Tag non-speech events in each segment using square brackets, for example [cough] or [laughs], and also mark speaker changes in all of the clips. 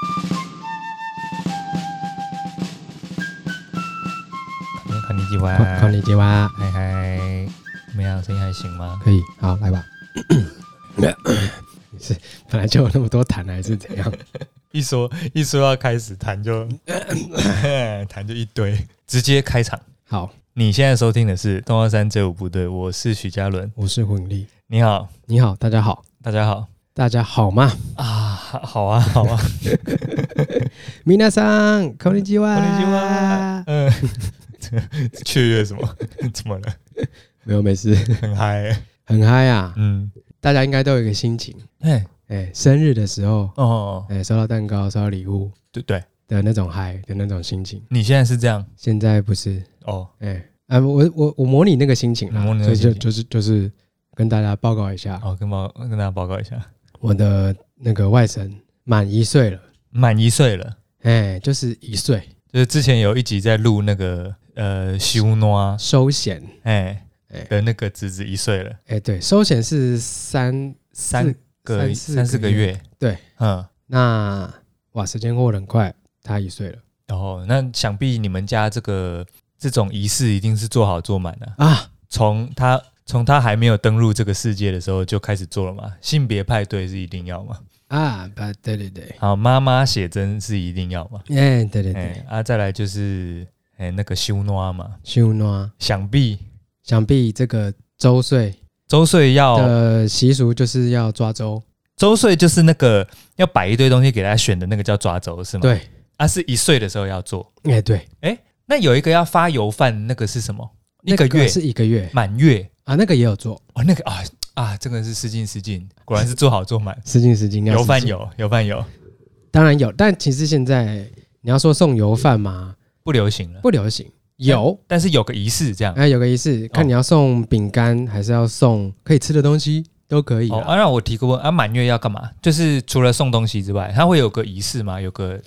Speaker 1: 哎
Speaker 2: [laughs]
Speaker 1: 哇，
Speaker 2: 康尼基哇，
Speaker 1: 嗨嗨，怎么样？声音还行吗？
Speaker 2: 可以，好，
Speaker 1: [coughs]
Speaker 2: 来吧。你 [coughs] 是本来就有那么多痰，还
Speaker 1: [laughs]
Speaker 2: 是怎样？
Speaker 1: 一说一说要开始谈 [laughs] 就谈就一堆，直接开场。
Speaker 2: 好，
Speaker 1: 你现在收听的是《东二三街舞部队》，我是许嘉伦。
Speaker 2: 我是混力。
Speaker 1: 你好，
Speaker 2: 你好，大家好，
Speaker 1: 大家好
Speaker 2: 大家好吗？
Speaker 1: 啊，好啊，好 [laughs] 啊，
Speaker 2: 米娜桑，康尼基哇，
Speaker 1: こんにちは嗯、雀跃什么？怎么了？
Speaker 2: 没有，没事，
Speaker 1: 很嗨欸、
Speaker 2: 很嗨啊！
Speaker 1: 嗯，
Speaker 2: 大家应该都有一个心情，
Speaker 1: 哎，
Speaker 2: 哎，生日的时候，
Speaker 1: 哦，
Speaker 2: 哎，收到蛋糕，收到礼物
Speaker 1: 对对，
Speaker 2: 的那种嗨的那种心情。
Speaker 1: 你现在是这样
Speaker 2: 现在不是，
Speaker 1: 哦，
Speaker 2: 哎，啊，我我我模拟那个心情啦
Speaker 1: 模拟那
Speaker 2: 所
Speaker 1: 个
Speaker 2: 以就
Speaker 1: 心情
Speaker 2: 就是就是跟大家报告一下，
Speaker 1: 哦好，跟报跟大家报告一下，
Speaker 2: 我的那个外甥满一岁了，
Speaker 1: 满一岁了。
Speaker 2: 哎，就是一岁
Speaker 1: 就是之前有一集在录那个呃修诺，
Speaker 2: 收显，
Speaker 1: 哎、
Speaker 2: 哎
Speaker 1: 的那个侄子一岁了，
Speaker 2: 哎，对，收显是三
Speaker 1: 三
Speaker 2: 四
Speaker 1: 个
Speaker 2: 三四
Speaker 1: 三四
Speaker 2: 个
Speaker 1: 个
Speaker 2: 月
Speaker 1: 月，
Speaker 2: 对，
Speaker 1: 嗯，
Speaker 2: 那哇，时间过得很快，他一岁了
Speaker 1: 然、后那想必你们家这个这种仪式一定是做好做满的、
Speaker 2: 啊，
Speaker 1: 从他从他还没有登入这个世界的时候就开始做了嘛，性别派对是一定要嘛，
Speaker 2: 啊，不对对对，
Speaker 1: 好，妈妈写真是一定要嘛，
Speaker 2: 哎，对对
Speaker 1: 哎、
Speaker 2: 对，
Speaker 1: 啊，再来就是哎、那个修诺嘛，
Speaker 2: 修诺，
Speaker 1: 想必
Speaker 2: 想必这个周岁
Speaker 1: 周岁要
Speaker 2: 的习俗就是要抓周，
Speaker 1: 周岁就是那个要摆一堆东西给他选的那个叫抓周是吗？
Speaker 2: 对，
Speaker 1: 啊，是一岁的时候要做。
Speaker 2: 哎对，
Speaker 1: 那有一个要发油饭，那个是什么？一
Speaker 2: 那
Speaker 1: 个月
Speaker 2: 是一个月
Speaker 1: 满月
Speaker 2: 啊，那个也有做，
Speaker 1: 哦，那个啊啊，这个是失敬失敬，果然是做好做
Speaker 2: [laughs]。
Speaker 1: 满
Speaker 2: 失敬失敬，要
Speaker 1: 油饭
Speaker 2: 失敬，
Speaker 1: 有，油饭有，
Speaker 2: 当然有，但其实现在你要说送油饭嘛，
Speaker 1: 不流行了。
Speaker 2: 不流行，有。
Speaker 1: 但是有个仪式这样。
Speaker 2: 哎，有个仪式，
Speaker 1: 哦
Speaker 2: 看你要送饼干还是要送可以吃的东西，都可以
Speaker 1: 哦，
Speaker 2: 啦。
Speaker 1: 啊，让我提个问啊，满月要干嘛？就是除了送东西之外，它会有个仪式吗？有个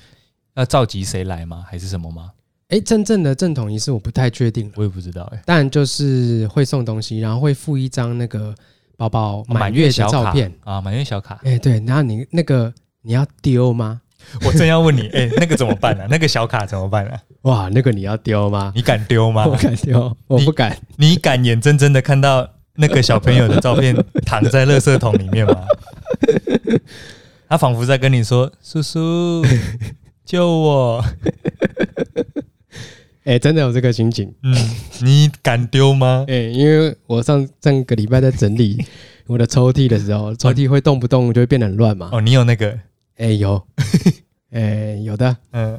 Speaker 1: 要召集谁来吗？还是什么吗？
Speaker 2: 哎，真正的正统仪式我不太确定了，
Speaker 1: 我也不知道哎、
Speaker 2: 但就是会送东西，然后会附一张那个宝宝满月的
Speaker 1: 小
Speaker 2: 照
Speaker 1: 卡
Speaker 2: 片。。
Speaker 1: 啊，满月小卡
Speaker 2: 哎，对，然后你那个你要丢吗？
Speaker 1: 我正要问你，哎、那个怎么办啊？那个小卡怎么办啊？
Speaker 2: 哇，那个你要丢吗？ [laughs]
Speaker 1: 你敢丢吗
Speaker 2: 我？敢丢，我不敢。
Speaker 1: 你敢眼睁睁的看到那个小朋友的照片躺在垃圾桶里面
Speaker 2: [laughs]
Speaker 1: 吗？他仿佛在跟你说：“叔叔，救我
Speaker 2: 哎，真的有这个情景。！”
Speaker 1: 嗯，你敢丢吗？
Speaker 2: 哎，因为我上上个礼拜在整理我的抽屉的时候，抽屉会动不动就会变得很乱嘛。
Speaker 1: 哦，你有那个，
Speaker 2: 哎，有， [laughs] 哎，有的。
Speaker 1: 嗯，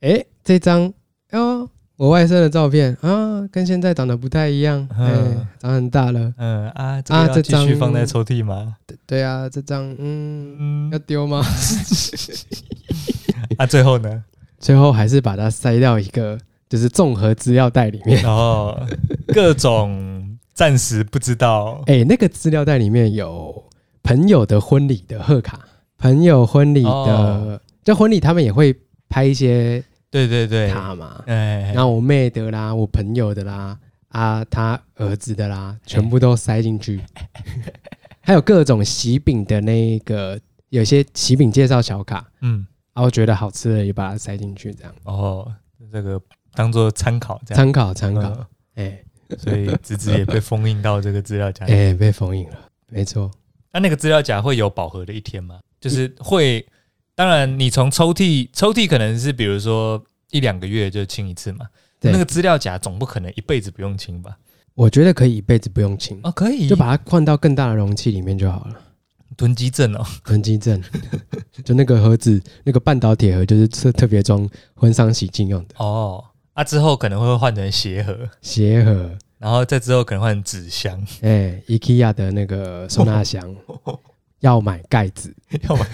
Speaker 2: 哎，这张哦，我外甥的照片啊，跟现在长得不太一样，
Speaker 1: 嗯
Speaker 2: 哎，长很大了。
Speaker 1: 嗯啊，这
Speaker 2: 啊
Speaker 1: 个要
Speaker 2: 这
Speaker 1: 继续
Speaker 2: 张
Speaker 1: 放在抽屉吗？
Speaker 2: 对啊，这张嗯
Speaker 1: 嗯
Speaker 2: 要，丢吗？ [laughs]
Speaker 1: 啊，最后呢？
Speaker 2: 最后还是把它塞到一个就是综合资料袋里面。
Speaker 1: 然后各种暂时不知道
Speaker 2: 哎，那个资料袋里面有朋友的婚礼的贺卡，朋友婚礼
Speaker 1: 哦
Speaker 2: 的，就婚礼他们也会拍一些
Speaker 1: 对对对，
Speaker 2: 卡嘛，
Speaker 1: 哎
Speaker 2: 然，后我妹的啦，我朋友的啦，啊，他儿子的啦，
Speaker 1: 哎
Speaker 2: 全部都塞进去， [laughs] 还有各种喜饼的那个，有些喜饼介绍小卡，
Speaker 1: 嗯，
Speaker 2: 啊，我觉得好吃的也把它塞进去，这样
Speaker 1: 哦，这个当做参考这样。
Speaker 2: 参考参考
Speaker 1: 嗯，
Speaker 2: 哎
Speaker 1: [laughs] 所以子子也被封印到这个资料夹里。 [laughs]
Speaker 2: 哎，被封印了，没错，
Speaker 1: 那那个资料夹会有饱和的一天吗？就是会，当然你从抽屉，抽屉可能是比如说一两个月就清一次嘛。
Speaker 2: 对
Speaker 1: 那个资料夹总不可能一辈子不用清吧？
Speaker 2: 我觉得可以一辈子不用清，
Speaker 1: 哦，可以，
Speaker 2: 就把它换到更大的容器里面就好了。
Speaker 1: 囤积症哦。
Speaker 2: 囤积症， [laughs] 就那个盒子，那个半导体盒，就是特特别装婚丧喜庆用的
Speaker 1: 哦，啊，之后可能会换成鞋盒，
Speaker 2: 鞋盒，
Speaker 1: 然后再之后可能换成纸箱，
Speaker 2: 哎、i k e a 的那个收
Speaker 1: [laughs]
Speaker 2: 纳箱要买盖子，
Speaker 1: 要么。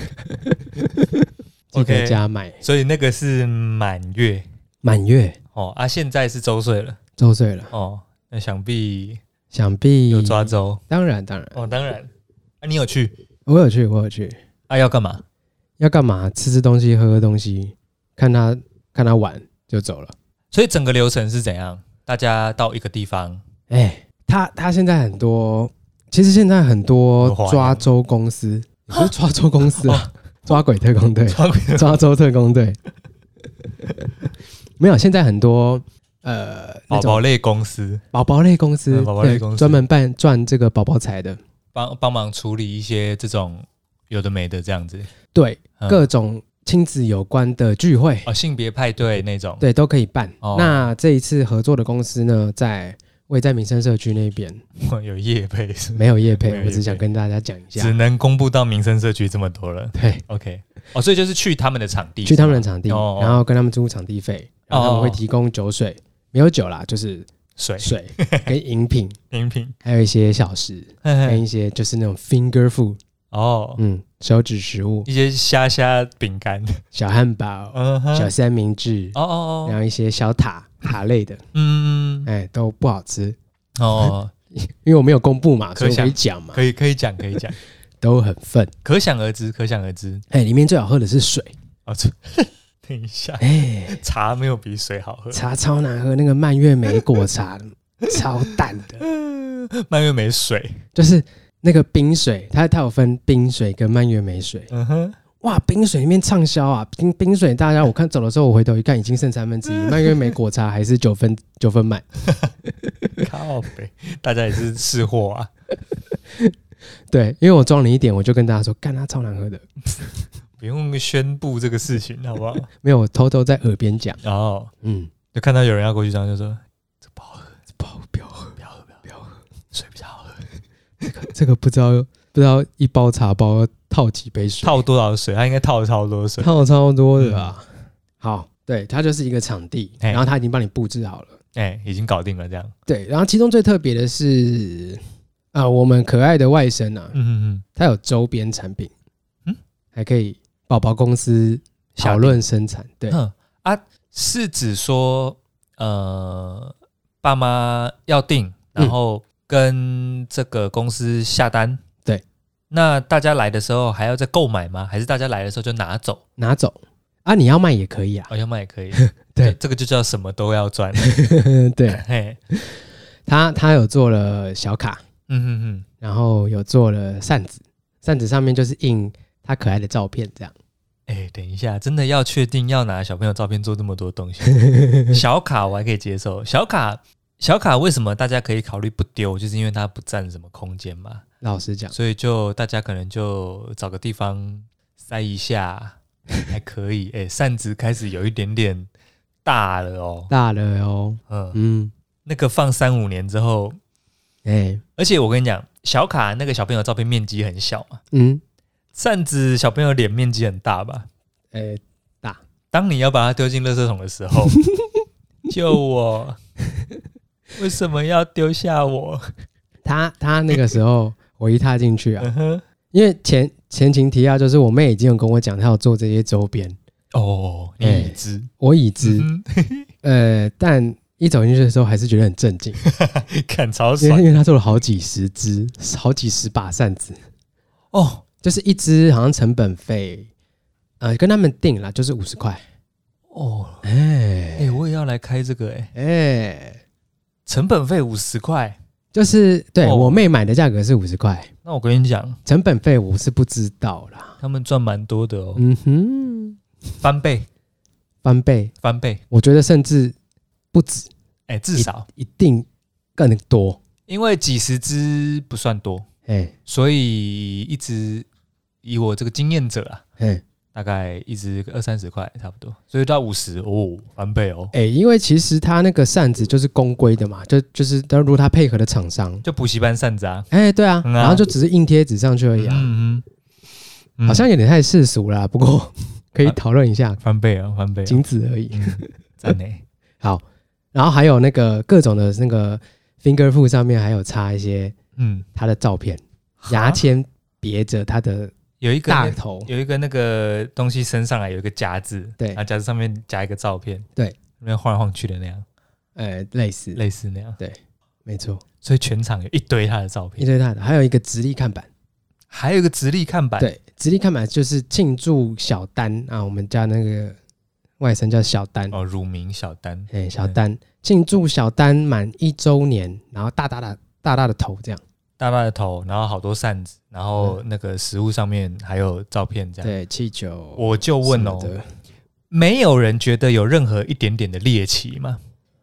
Speaker 2: [laughs] 记得
Speaker 1: OK
Speaker 2: 加买。
Speaker 1: 所以那个是满月
Speaker 2: 满月
Speaker 1: 哦，啊，现在是周岁了
Speaker 2: 周岁了，
Speaker 1: 哦，那想必
Speaker 2: 想必
Speaker 1: 有抓周
Speaker 2: 当然当然，
Speaker 1: 哦，当然，啊，你有去
Speaker 2: 我有去，我有去，
Speaker 1: 啊？要干嘛？
Speaker 2: 要干嘛？吃吃东西，喝喝东西，看他看他玩就走了。
Speaker 1: 所以整个流程是怎样？大家到一个地方，
Speaker 2: 哎、他他现在很多，其实现在很多
Speaker 1: 很花样
Speaker 2: 抓周公司，也不是抓周公司
Speaker 1: [laughs]
Speaker 2: 啊，抓鬼特工队。
Speaker 1: 抓鬼
Speaker 2: 抓周特工队。没有，现在很多呃
Speaker 1: [laughs]
Speaker 2: 那
Speaker 1: 宝
Speaker 2: 种
Speaker 1: 宝类公司
Speaker 2: 宝宝类公司，
Speaker 1: 嗯宝宝类
Speaker 2: 对
Speaker 1: 公司
Speaker 2: 专门办赚这个宝宝财的，
Speaker 1: 帮帮忙处理一些这种有的没的这样子，
Speaker 2: 对、
Speaker 1: 嗯
Speaker 2: 各种亲子有关的聚会，
Speaker 1: 哦，性别派对那种，
Speaker 2: 对都可以办。
Speaker 1: 哦
Speaker 2: 那这一次合作的公司呢，在我也在民生社区那边
Speaker 1: [laughs] 有业配是吗
Speaker 2: 没有业配
Speaker 1: 嗯没，有
Speaker 2: 我只
Speaker 1: 业
Speaker 2: 想
Speaker 1: 配
Speaker 2: 跟大家讲一下 [laughs]
Speaker 1: 只，能公布到民生社区这么多了。
Speaker 2: 对，
Speaker 1: OK，哦，所以就是去他们的场地，
Speaker 2: 去他们的
Speaker 1: 是吗
Speaker 2: 场地，
Speaker 1: 哦哦
Speaker 2: 然后跟他们租场地费，然后他们会
Speaker 1: 哦哦
Speaker 2: 提供酒水，没有酒啦，就是
Speaker 1: 水
Speaker 2: 水跟饮品，
Speaker 1: 饮品，
Speaker 2: 还有一些小食，
Speaker 1: 嘿嘿
Speaker 2: 跟一些就是那种 finger food，
Speaker 1: 嗯哦，嗯
Speaker 2: 嗯，手指食物，
Speaker 1: 一些虾虾饼干，
Speaker 2: 小汉堡、
Speaker 1: 嗯哼，
Speaker 2: 小啊三明治，
Speaker 1: 哦哦
Speaker 2: 然
Speaker 1: 哦，
Speaker 2: 后一些小塔塔类的，
Speaker 1: 嗯，
Speaker 2: 哎，都不好吃， [laughs]
Speaker 1: 哦，
Speaker 2: 因为我没有公布嘛，
Speaker 1: 可
Speaker 2: 所以我
Speaker 1: 想
Speaker 2: 可以讲嘛，
Speaker 1: 可以可以讲可以讲，
Speaker 2: 都很愤。
Speaker 1: 可想而知，可想而知。
Speaker 2: 哎，里面最好喝的是水，
Speaker 1: 哦，这 [laughs] 等一下，
Speaker 2: 哎，
Speaker 1: 茶没有比水好喝，
Speaker 2: 茶超难喝，那个蔓越莓果茶 [laughs] 超淡的，
Speaker 1: 蔓越莓水，
Speaker 2: 就是那个冰水，它它有分冰水跟蔓越莓水。
Speaker 1: 嗯哼，
Speaker 2: 哇，冰水里面畅销啊！冰冰水，大家我看走的时候，我回头一看，已经剩三分之一。
Speaker 1: [laughs]
Speaker 2: 蔓越莓果茶还是九分九分满，
Speaker 1: 靠北，大家也是吃货啊，
Speaker 2: 对，因为我装了一点，我就跟大家说，干啊它超难喝的。
Speaker 1: 不用宣布这个事情，好 [laughs] 不好？
Speaker 2: 没有，我偷偷在耳边讲，
Speaker 1: 然后
Speaker 2: 嗯，
Speaker 1: 就看到有人要过去，这样就说这不好喝，
Speaker 2: 不要不要喝，
Speaker 1: 不要喝，不要喝，不要喝，水比较好喝。
Speaker 2: 这个不知道不知道一包茶包要套几杯水，
Speaker 1: 套多少水？他应该套了超多水。
Speaker 2: 套超多的啊。
Speaker 1: 嗯
Speaker 2: 好，对，它就是一个场地，
Speaker 1: 嘿
Speaker 2: 然后它已经帮你布置好了。
Speaker 1: 哎、已经搞定了，这样。
Speaker 2: 对，然后其中最特别的是啊，我们可爱的外甥啊，
Speaker 1: 嗯嗯嗯，
Speaker 2: 它有周边产品，嗯
Speaker 1: 嗯，
Speaker 2: 还可以宝宝公司讨论生产，对，
Speaker 1: 嗯啊，是指说呃，爸妈要订，然后跟这个公司下单。
Speaker 2: 对，
Speaker 1: 那大家来的时候还要再购买吗？还是大家来的时候就拿走？
Speaker 2: 拿走啊，你要卖也可以啊，
Speaker 1: 哦，要卖也可以。
Speaker 2: 对
Speaker 1: 这这个就叫什么都要赚。
Speaker 2: [laughs] 对，
Speaker 1: [laughs] 嘿，
Speaker 2: 他他有做了小卡，
Speaker 1: 嗯嗯
Speaker 2: 然后有做了扇子，扇子上面就是印他可爱的照片，这样
Speaker 1: 嗯，哎、等一下，真的要确定要拿小朋友照片做这么多东西？
Speaker 2: [laughs]
Speaker 1: 小卡我还可以接受，小卡小卡为什么大家可以考虑不丢？就是因为它不占什么空间嘛，
Speaker 2: 老实讲，
Speaker 1: 所以就大家可能就找个地方塞一
Speaker 2: [laughs]
Speaker 1: 下，还可以。哎、扇子开始有一点点大了哦，
Speaker 2: 大了哦，
Speaker 1: 嗯，
Speaker 2: 嗯，
Speaker 1: 那个放三五年之后，
Speaker 2: 哎、
Speaker 1: 而且我跟你讲，小卡那个小朋友照片面积很小嘛，
Speaker 2: 嗯，
Speaker 1: 扇子小朋友脸面积很大吧？
Speaker 2: 哎、
Speaker 1: 当你要把它丢进垃圾桶的时
Speaker 2: [laughs]
Speaker 1: 候，救我！为什么要丢下
Speaker 2: [laughs]
Speaker 1: 我？
Speaker 2: 他他那个时候我一踏进去啊，
Speaker 1: [laughs] 嗯哼，
Speaker 2: 因为前前情提要就是我妹已经有跟我讲，她有做这些周边，
Speaker 1: 哦，你
Speaker 2: 哎
Speaker 1: 已知，
Speaker 2: 我已知，
Speaker 1: 嗯，
Speaker 2: 呃，但一走进去的时候还是觉得很震惊。
Speaker 1: [laughs] 看超
Speaker 2: 因为
Speaker 1: 爽
Speaker 2: [laughs] 因为他做了好几十只、好几十把扇子，
Speaker 1: 哦！
Speaker 2: 就是一只好像成本费，呃，跟他们定了就是五十块。
Speaker 1: 哦，哎、
Speaker 2: 哎
Speaker 1: 我也要来开这个哎、
Speaker 2: 哎，
Speaker 1: 成本费五十块。
Speaker 2: 就是对、
Speaker 1: 哦
Speaker 2: 我妹买的价格是五十块，
Speaker 1: 那我跟你讲，
Speaker 2: 成本费我是不知道啦。
Speaker 1: 他们赚蛮多的哦，
Speaker 2: 嗯哼，
Speaker 1: 翻倍，
Speaker 2: 翻倍，
Speaker 1: 翻倍，
Speaker 2: 我觉得甚至不止，
Speaker 1: 哎、至少，
Speaker 2: 一定更多。
Speaker 1: 因为几十只不算多，
Speaker 2: 哎
Speaker 1: 所以一只以我这个经验者啊，
Speaker 2: 哎
Speaker 1: 大概一只二三十块差不多，所以到五十哦，翻倍哦。
Speaker 2: 哎，因为其实他那个扇子就是公规的嘛，就就是，但如果他配合的厂商，
Speaker 1: 就补习班扇子啊，
Speaker 2: 哎，对啊，
Speaker 1: 嗯啊
Speaker 2: 然后就只是印贴纸上去而已啊。
Speaker 1: 嗯嗯，
Speaker 2: 好像有点太世俗了啊，不过
Speaker 1: [laughs]
Speaker 2: 可以讨论一下，
Speaker 1: 翻倍啊，翻倍啊，
Speaker 2: 仅此而已。
Speaker 1: 赞
Speaker 2: [laughs]
Speaker 1: 呢。
Speaker 2: 好，然后还有那个各种的那个 finger food 上面还有插一些
Speaker 1: 嗯，
Speaker 2: 他的照片，牙
Speaker 1: 啊
Speaker 2: 签别着他的
Speaker 1: 有一个
Speaker 2: 大
Speaker 1: 那
Speaker 2: 头，
Speaker 1: 有一个那个东西升上来啊有一个夹子，
Speaker 2: 对
Speaker 1: 然后夹子上面夹一个照片，
Speaker 2: 对，
Speaker 1: 那边晃来晃去的那样，
Speaker 2: 呃，类似，
Speaker 1: 类似那样，
Speaker 2: 没错，
Speaker 1: 所以全场有一堆他的照
Speaker 2: 一
Speaker 1: 片，
Speaker 2: 堆他的，还有一个直立看板，
Speaker 1: 还有一个直立看板，，
Speaker 2: 对，直立看板就是庆祝小丹啊，我们家那个外甥叫小丹，
Speaker 1: 哦，乳名小丹，
Speaker 2: 哎，小丹庆祝小丹满一周年，然后大大的大大的头这样，
Speaker 1: 大大的头，然后好多扇子，然后那个食物上面还有照片，这样，
Speaker 2: 嗯对，气球，
Speaker 1: 我就问
Speaker 2: 什么
Speaker 1: 哦，
Speaker 2: 的
Speaker 1: 没有人觉得有任何一点点的猎奇吗？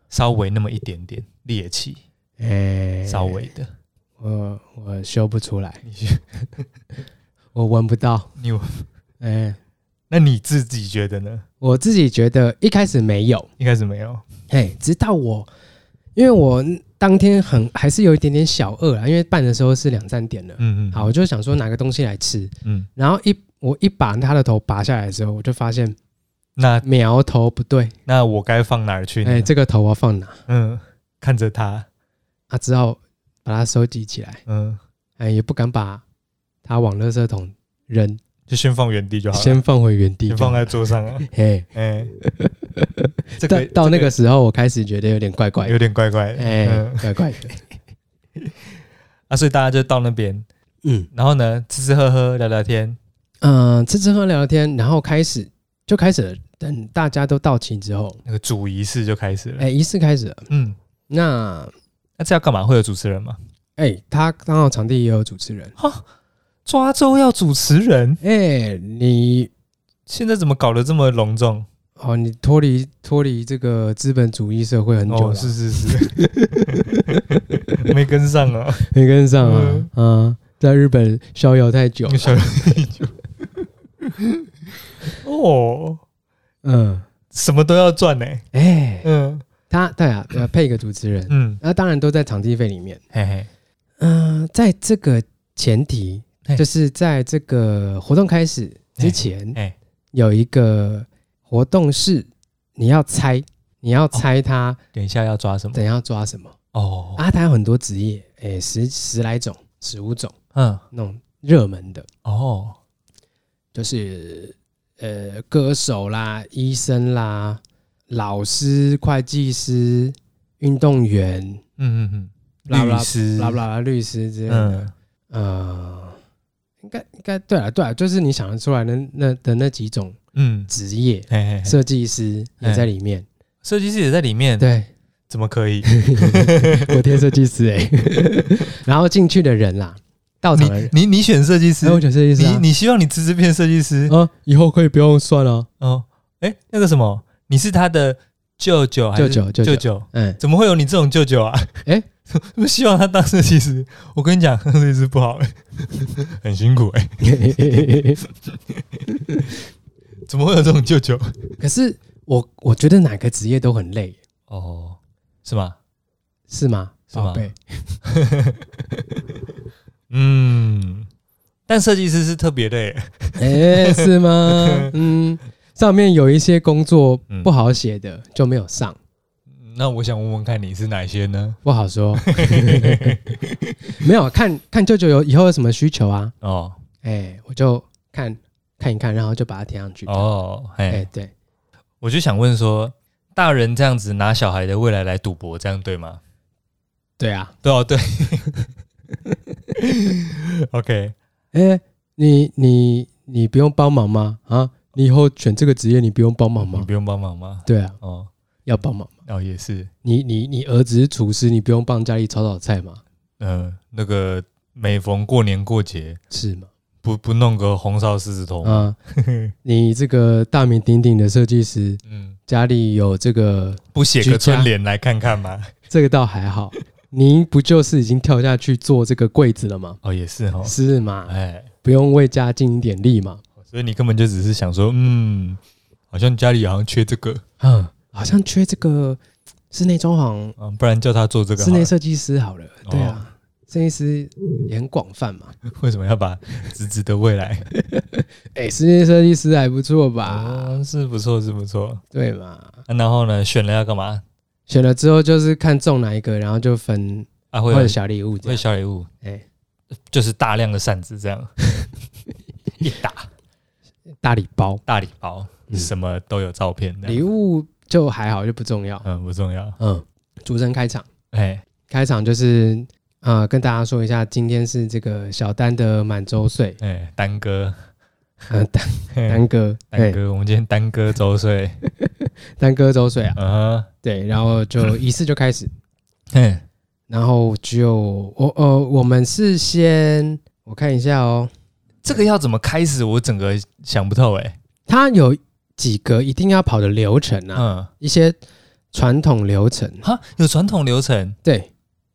Speaker 1: 稍微那么一点点猎奇，
Speaker 2: 哎，
Speaker 1: 稍微的，
Speaker 2: 我我修不出来，
Speaker 1: 你
Speaker 2: [laughs] 我闻不到。
Speaker 1: 你
Speaker 2: 哎，
Speaker 1: 那你自己觉得呢？
Speaker 2: 我自己觉得一开始没有，
Speaker 1: 一开始没有，
Speaker 2: 嘿，直到我，因为我当天很还是有一点点小饿啦，因为办的时候是两三点了。
Speaker 1: 嗯嗯，
Speaker 2: 好，，我就想说拿个东西来吃，
Speaker 1: 嗯，
Speaker 2: 然后一我一把他的头拔下来的时候，我就发现啊
Speaker 1: 那
Speaker 2: 苗头不对，
Speaker 1: 那我该放哪儿去呢？
Speaker 2: 哎，这个头我要放哪？
Speaker 1: 嗯，看着他，
Speaker 2: 啊，只好把它收集起来，
Speaker 1: 嗯，
Speaker 2: 哎，也不敢把它往垃圾桶扔，
Speaker 1: 就先放原地就好了，
Speaker 2: 先放回原地
Speaker 1: 先
Speaker 2: 就
Speaker 1: 放
Speaker 2: 好。
Speaker 1: 在桌
Speaker 2: [laughs]
Speaker 1: 上啊。
Speaker 2: 嘿，
Speaker 1: 哎，这
Speaker 2: 到
Speaker 1: 个
Speaker 2: 到那
Speaker 1: 这
Speaker 2: 个时候，我开始觉得有点怪怪的
Speaker 1: 有，点怪怪的，
Speaker 2: 哎
Speaker 1: 嗯，
Speaker 2: 怪怪的。
Speaker 1: 啊，所以大家就到那边，
Speaker 2: 嗯
Speaker 1: 然后呢，吃吃喝喝聊聊天，
Speaker 2: 嗯、呃吃吃喝聊天，然后开始就开始了。等大家都到齐之后，
Speaker 1: 那个主仪式就开始了。
Speaker 2: 哎，仪式开始了。
Speaker 1: 嗯，
Speaker 2: 那
Speaker 1: 那这要干嘛？会有主持人吗？
Speaker 2: 哎，他刚好场地也有主持人。
Speaker 1: 抓周要主持人，
Speaker 2: 哎，你
Speaker 1: 现在怎么搞得这么隆重？
Speaker 2: 哦，你脱离脱离这个资本主义社会很久了，
Speaker 1: 哦，是是 [laughs] 是，没跟上啊，
Speaker 2: 没跟上啊。
Speaker 1: 嗯
Speaker 2: 啊，在日本逍遥太久了，
Speaker 1: 小 [laughs] 哦，
Speaker 2: 嗯，
Speaker 1: 什么都要赚呢、
Speaker 2: 哎、
Speaker 1: 嗯
Speaker 2: 他对啊，呃，配一个主持人，
Speaker 1: 嗯，
Speaker 2: 那、当然都在场地费里面。
Speaker 1: 嘿嘿，
Speaker 2: 嗯、在这个前提
Speaker 1: 嘿，
Speaker 2: 就是在这个活动开始之前，
Speaker 1: 哎哎
Speaker 2: 有一个活动是你要
Speaker 1: 哦
Speaker 2: 猜，你要猜他
Speaker 1: 等一下要抓什么？
Speaker 2: 等一下要抓什么。
Speaker 1: 哦，
Speaker 2: 啊，他有很多职业，哎，十十来种、十五种
Speaker 1: 嗯，
Speaker 2: 那种热门的，
Speaker 1: 哦，
Speaker 2: 就是呃，歌手啦、医生啦、老师、会计师、运动员。
Speaker 1: 嗯嗯
Speaker 2: 啦
Speaker 1: 嗯，律
Speaker 2: 啦
Speaker 1: 师，
Speaker 2: 啦啦啦，律师之类的，
Speaker 1: 嗯，
Speaker 2: 呃，应该应该对啊了对了，就是你想得出来的那的那几种
Speaker 1: 嗯，
Speaker 2: 职业，
Speaker 1: 嘿嘿嘿，设
Speaker 2: 设计师也在里面。
Speaker 1: 设计师也在里面，，
Speaker 2: 对，
Speaker 1: 怎么可以？ [laughs]
Speaker 2: 我贴设计师哎、然后进去的人啦，到场的人，
Speaker 1: 你你选设计师
Speaker 2: 哎，，我选设计师、啊，
Speaker 1: 你你希望你只字片设计师？
Speaker 2: 啊，以后可以不用算了、
Speaker 1: 哦，哎，那个什么，你是他的舅舅还是
Speaker 2: 舅舅舅舅
Speaker 1: 舅舅？
Speaker 2: 哎嗯， [laughs]
Speaker 1: 怎么会有你这种舅舅啊？ [laughs]
Speaker 2: 哎
Speaker 1: 我希望他当设计师。我跟你讲，当设计师不好、 [laughs] 欸，很辛苦哎、怎么会有这种舅舅？
Speaker 2: 可是我我觉得哪个职业都很累，
Speaker 1: 哦，是吗？
Speaker 2: 是吗？
Speaker 1: 是吗
Speaker 2: 宝贝，
Speaker 1: 嗯，但设计师是特别累、欸。
Speaker 2: 哎、是吗？
Speaker 1: [laughs]
Speaker 2: 嗯，上面有一些工作
Speaker 1: 嗯
Speaker 2: 不好写的、就没有上，
Speaker 1: 那我想问问看你是哪些呢？
Speaker 2: 不好
Speaker 1: [laughs]
Speaker 2: 说。没有看看舅舅有以后有什么需求啊？
Speaker 1: 哦
Speaker 2: 哎、我就看看一看，然后就把它填上去。
Speaker 1: 哦，哎、
Speaker 2: 哎、对，
Speaker 1: 我就想问说，大人这样子拿小孩的未来来赌博，这样对吗？
Speaker 2: 对啊，
Speaker 1: 对 [laughs] 哦，对。OK，
Speaker 2: 哎、你你你不用帮忙吗？啊，你以后选这个职业你不用帮忙
Speaker 1: 你
Speaker 2: 吗？
Speaker 1: 不用帮忙吗？
Speaker 2: 对啊，
Speaker 1: 哦
Speaker 2: 要帮忙。
Speaker 1: 哦，也是。
Speaker 2: 你你你儿子是厨师，你不用帮家里炒炒菜吗？
Speaker 1: 呃，那个每逢过年过节，
Speaker 2: 是吗？
Speaker 1: 不不弄个红烧狮子头吗， [laughs]
Speaker 2: 啊，你这个大名鼎鼎的设计师，
Speaker 1: 嗯，
Speaker 2: 家里有这个
Speaker 1: 不写
Speaker 2: 居
Speaker 1: 个
Speaker 2: 家
Speaker 1: 春联来看看吗？
Speaker 2: 这个倒还好。您不就是已经跳下去做这个柜子了吗？
Speaker 1: 哦，也是哦，
Speaker 2: 是嘛？
Speaker 1: 哎，
Speaker 2: 不用为家尽一点力嘛？
Speaker 1: 所以你根本就只是想说，嗯，好像家里好像缺这个，
Speaker 2: 嗯，好像缺这个室内装潢、
Speaker 1: 啊，不然叫他做这个
Speaker 2: 室
Speaker 1: 好
Speaker 2: 内
Speaker 1: 了。哦
Speaker 2: 设计师好了。对啊，设计师也很广泛嘛。
Speaker 1: 为什么要把侄子的未来？
Speaker 2: 哎，室内设计师还不错吧？
Speaker 1: 啊，是不错，是不错。
Speaker 2: 对嘛？
Speaker 1: 啊然后呢，选了要干嘛？
Speaker 2: 选了之后就是看中哪一个，然后就分
Speaker 1: 啊，会有
Speaker 2: 或者小礼物这
Speaker 1: 会
Speaker 2: 样。
Speaker 1: 小礼物，
Speaker 2: 哎，
Speaker 1: 就是大量的扇子这 [laughs] 样，一打
Speaker 2: 大礼包。
Speaker 1: 大礼包，
Speaker 2: 嗯
Speaker 1: 什么都有照片这
Speaker 2: 礼
Speaker 1: 样，
Speaker 2: 物就还好，就不重要。
Speaker 1: 啊嗯，不重要。
Speaker 2: 嗯，主持人开场，
Speaker 1: 哎，
Speaker 2: 开场就是呃，跟大家说一下，今天是这个小丹的满周岁，
Speaker 1: 哎，丹哥，
Speaker 2: 呃，丹
Speaker 1: 嘿
Speaker 2: 丹哥，
Speaker 1: 哦丹
Speaker 2: 对
Speaker 1: 哥，我们今天丹哥周岁，
Speaker 2: [laughs] 丹哥周岁啊，
Speaker 1: 嗯哼，
Speaker 2: 对，然后就仪式就开始，
Speaker 1: 嘿，
Speaker 2: 然后就我呃，我们是先我看一下哦，
Speaker 1: 这个要怎么开始？我整个想不透哎、
Speaker 2: 他有几个一定要跑的流程啊，
Speaker 1: 嗯
Speaker 2: 一些传统流程。
Speaker 1: 哈，有传统流程
Speaker 2: 对，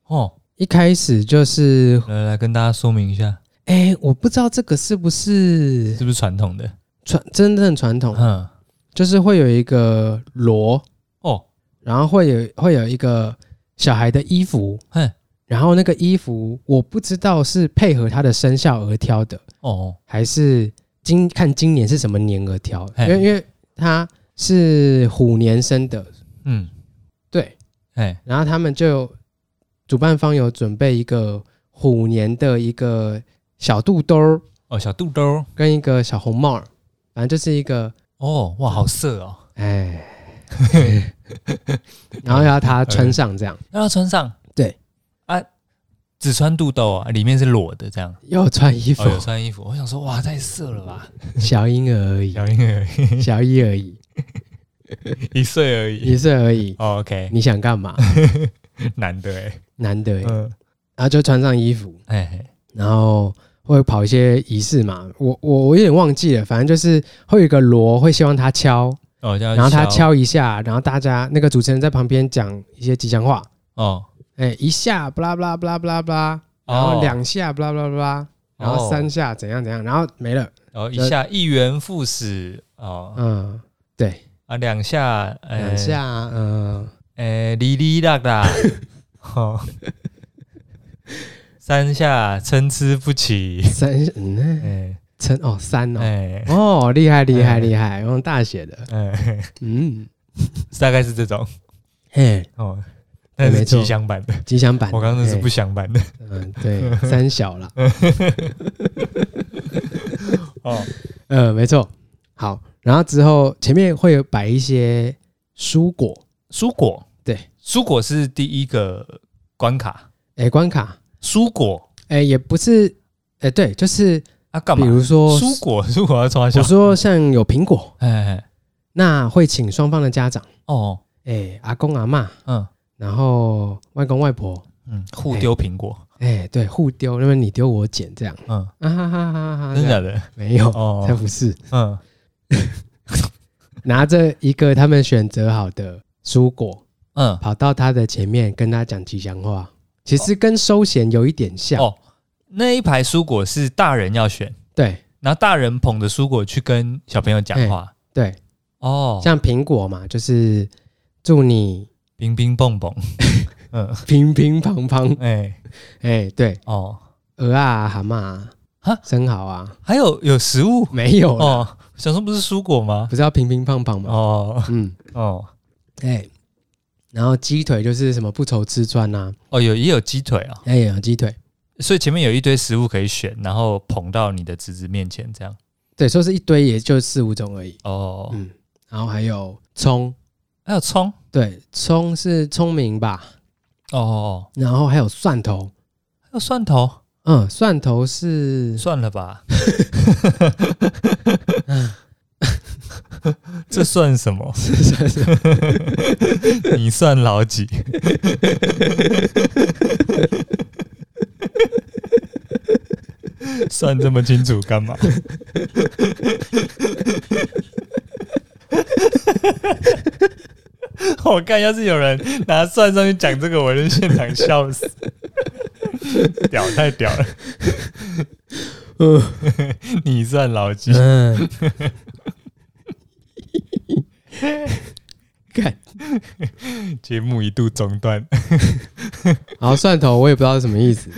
Speaker 1: 哦。
Speaker 2: 一开始就是，
Speaker 1: 来来跟大家说明一下，
Speaker 2: 哎、我不知道这个是不是
Speaker 1: 是不是传统的？
Speaker 2: 传真正传统，
Speaker 1: 嗯，
Speaker 2: 就是会有一个锣，
Speaker 1: 哦，
Speaker 2: 然后会有会有一个小孩的衣服，
Speaker 1: 嘿，
Speaker 2: 然后那个衣服我不知道是配合他的生肖而挑的，
Speaker 1: 哦，
Speaker 2: 还是今看今年是什么年而挑，
Speaker 1: 嘿
Speaker 2: 因为因为他是虎年生的，
Speaker 1: 嗯，
Speaker 2: 对，
Speaker 1: 哎，
Speaker 2: 然后他们就主办方有准备一个虎年的一个小肚兜儿
Speaker 1: 哦，小肚兜儿，
Speaker 2: 跟一个小红帽儿，反正就是一个
Speaker 1: 哦，
Speaker 2: 嗯
Speaker 1: 哇，好色哦，
Speaker 2: 哎，然后要他穿上这样，
Speaker 1: 让他穿上，
Speaker 2: 对，
Speaker 1: 啊，只穿肚兜啊，里面是裸的这样，
Speaker 2: 要穿衣服
Speaker 1: 哦，，有穿衣服，我想说，哇，太色了吧，
Speaker 2: 小婴儿
Speaker 1: [laughs]
Speaker 2: 而已，
Speaker 1: 小婴儿
Speaker 2: 小一而已，
Speaker 1: 一岁而已
Speaker 2: 一岁而已，
Speaker 1: 哦，OK，
Speaker 2: 你想干嘛？
Speaker 1: 男的哎，
Speaker 2: 难得欸，
Speaker 1: 嗯，
Speaker 2: 然后就穿上衣服，
Speaker 1: 哎，嘿
Speaker 2: 然后会跑一些仪式嘛。我我我有点忘记了，反正就是会有一个锣，会希望他敲，
Speaker 1: 哦，叫
Speaker 2: 然后他，敲一下，然后大家那个主持人在旁边讲一些吉祥话，
Speaker 1: 哦，
Speaker 2: 哎，一下不啦不啦不啦不啦不啦，然后
Speaker 1: 哦，
Speaker 2: 两下不啦不啦不啦，然后
Speaker 1: 哦
Speaker 2: 三，下怎样怎样，然后没了，
Speaker 1: 然后哦一下一元复始，哦，
Speaker 2: 呃嗯，对，
Speaker 1: 啊，两下，哎
Speaker 2: 两，下，嗯，
Speaker 1: 哎，哩哩啦啦， [laughs] 哦，
Speaker 2: [laughs]
Speaker 1: 三下参差不齐，
Speaker 2: 三，嗯，
Speaker 1: 哎
Speaker 2: 称哦三哦，
Speaker 1: 哎
Speaker 2: 哦，厉害厉害
Speaker 1: 哎
Speaker 2: 厉害，用大写的，
Speaker 1: 哎， [laughs]
Speaker 2: 嗯，
Speaker 1: 大概是这种
Speaker 2: 嘿，
Speaker 1: 哦，那是
Speaker 2: 哎没错
Speaker 1: 吉祥版的，
Speaker 2: 吉祥版，
Speaker 1: 我刚刚是
Speaker 2: 哎
Speaker 1: 不祥版的
Speaker 2: 嗯，对，三小啦，
Speaker 1: 哦，
Speaker 2: [laughs] 呃，没错。好，然后之后前面会有摆一些蔬果，
Speaker 1: 蔬果，
Speaker 2: 对，
Speaker 1: 蔬果是第一个关卡，
Speaker 2: 哎，关卡，
Speaker 1: 蔬果
Speaker 2: 哎，也不是，哎，对，就是
Speaker 1: 啊，干
Speaker 2: 比
Speaker 1: 嘛？
Speaker 2: 如说，
Speaker 1: 蔬果，蔬果要抓小
Speaker 2: 我，说像有苹果，
Speaker 1: [laughs] 哎哎，哎
Speaker 2: 那会请双方的家长，
Speaker 1: 哦，
Speaker 2: 哎，阿公阿嬷，
Speaker 1: 嗯
Speaker 2: 然后外公外婆，
Speaker 1: 嗯，互丢苹果，
Speaker 2: 哎，对，互丢，因为你丢我捡这样，
Speaker 1: 嗯，
Speaker 2: 啊哈哈哈哈，
Speaker 1: 真的
Speaker 2: 这样
Speaker 1: 假的？
Speaker 2: 没有，才
Speaker 1: 哦，
Speaker 2: 不是，
Speaker 1: 嗯，
Speaker 2: 拿着一个他们选择好的蔬果，
Speaker 1: 嗯，
Speaker 2: 跑到他的前面跟他讲吉祥话，其实跟收钱有一点像。
Speaker 1: 哦，那一排蔬果是大人要选，
Speaker 2: 对
Speaker 1: 然后大人捧着蔬果去跟小朋友讲话，
Speaker 2: 对，
Speaker 1: 哦，
Speaker 2: 像苹果嘛，就是祝你
Speaker 1: 冰冰蹦蹦，嗯，
Speaker 2: 乒乒乓乓。
Speaker 1: [laughs] 哎，
Speaker 2: 哎，对，
Speaker 1: 哦，
Speaker 2: 鹅啊、蛤蟆啊
Speaker 1: 哈、
Speaker 2: 生蚝啊，
Speaker 1: 还有有食物
Speaker 2: 没有啦，
Speaker 1: 哦，想说不是蔬果吗？
Speaker 2: 不是要乒乒乓乓吗？
Speaker 1: 哦
Speaker 2: 嗯，
Speaker 1: 哦
Speaker 2: 哎，然后鸡腿就是什么不愁吃穿呐，
Speaker 1: 哦，有也有鸡腿啊、
Speaker 2: 哎，有鸡腿。
Speaker 1: 所以前面有一堆食物可以选，然后捧到你的侄子面前这样。
Speaker 2: 对，说是一堆，也就四五种而已。
Speaker 1: 哦，
Speaker 2: 嗯，然后还有葱，
Speaker 1: 还有葱
Speaker 2: 对，葱是聪明吧？
Speaker 1: 哦哦，
Speaker 2: 然后还有蒜头，
Speaker 1: 还有蒜头，
Speaker 2: 嗯，蒜头是
Speaker 1: 算了吧。 [laughs] 这算什么？你算老几？算这么清楚干嘛？ [laughs] 我看要是有人拿算上去讲这个，我就现场笑死。屌太屌了！你算老几？
Speaker 2: 嗯， [laughs] 看，
Speaker 1: 节目一度中断
Speaker 2: 然后蒜头我也不知道是什么意思，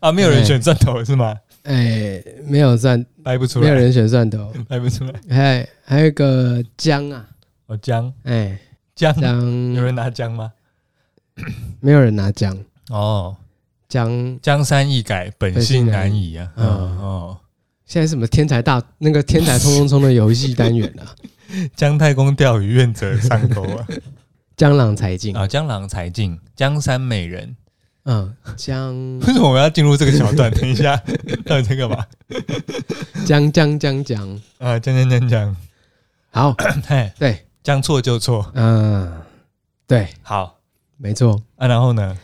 Speaker 1: 啊！没有
Speaker 2: 嗯
Speaker 1: 人选蒜头是吗？
Speaker 2: 哎，没有蒜，
Speaker 1: 掰不出
Speaker 2: 没有
Speaker 1: 来，
Speaker 2: 人选蒜头，
Speaker 1: 掰不出来。
Speaker 2: 哎，还有一个姜啊，
Speaker 1: 哦，姜
Speaker 2: 哎，
Speaker 1: 姜，
Speaker 2: 姜，
Speaker 1: 有人拿姜吗？
Speaker 2: 没有人拿姜，
Speaker 1: 哦，
Speaker 2: 姜
Speaker 1: 江山易改，本性难移啊！嗯
Speaker 2: 本性难移嗯
Speaker 1: 哦，
Speaker 2: 现在什么天才大那个天才冲冲冲的游戏单元啊， [laughs]
Speaker 1: 姜太公钓鱼，愿者上钩啊！
Speaker 2: 江郎才尽，
Speaker 1: 啊，江郎才尽，江山美人。
Speaker 2: 嗯，姜
Speaker 1: [laughs] 为什么我们要进入这个桥
Speaker 2: [laughs]
Speaker 1: 段？等一下，到底在干嘛？
Speaker 2: 姜姜姜姜，
Speaker 1: 啊，讲讲讲讲，
Speaker 2: 好，
Speaker 1: [coughs] 嘿，
Speaker 2: 对，
Speaker 1: 将错就错。
Speaker 2: 嗯，对，
Speaker 1: 好
Speaker 2: 没错，
Speaker 1: 啊，然后呢？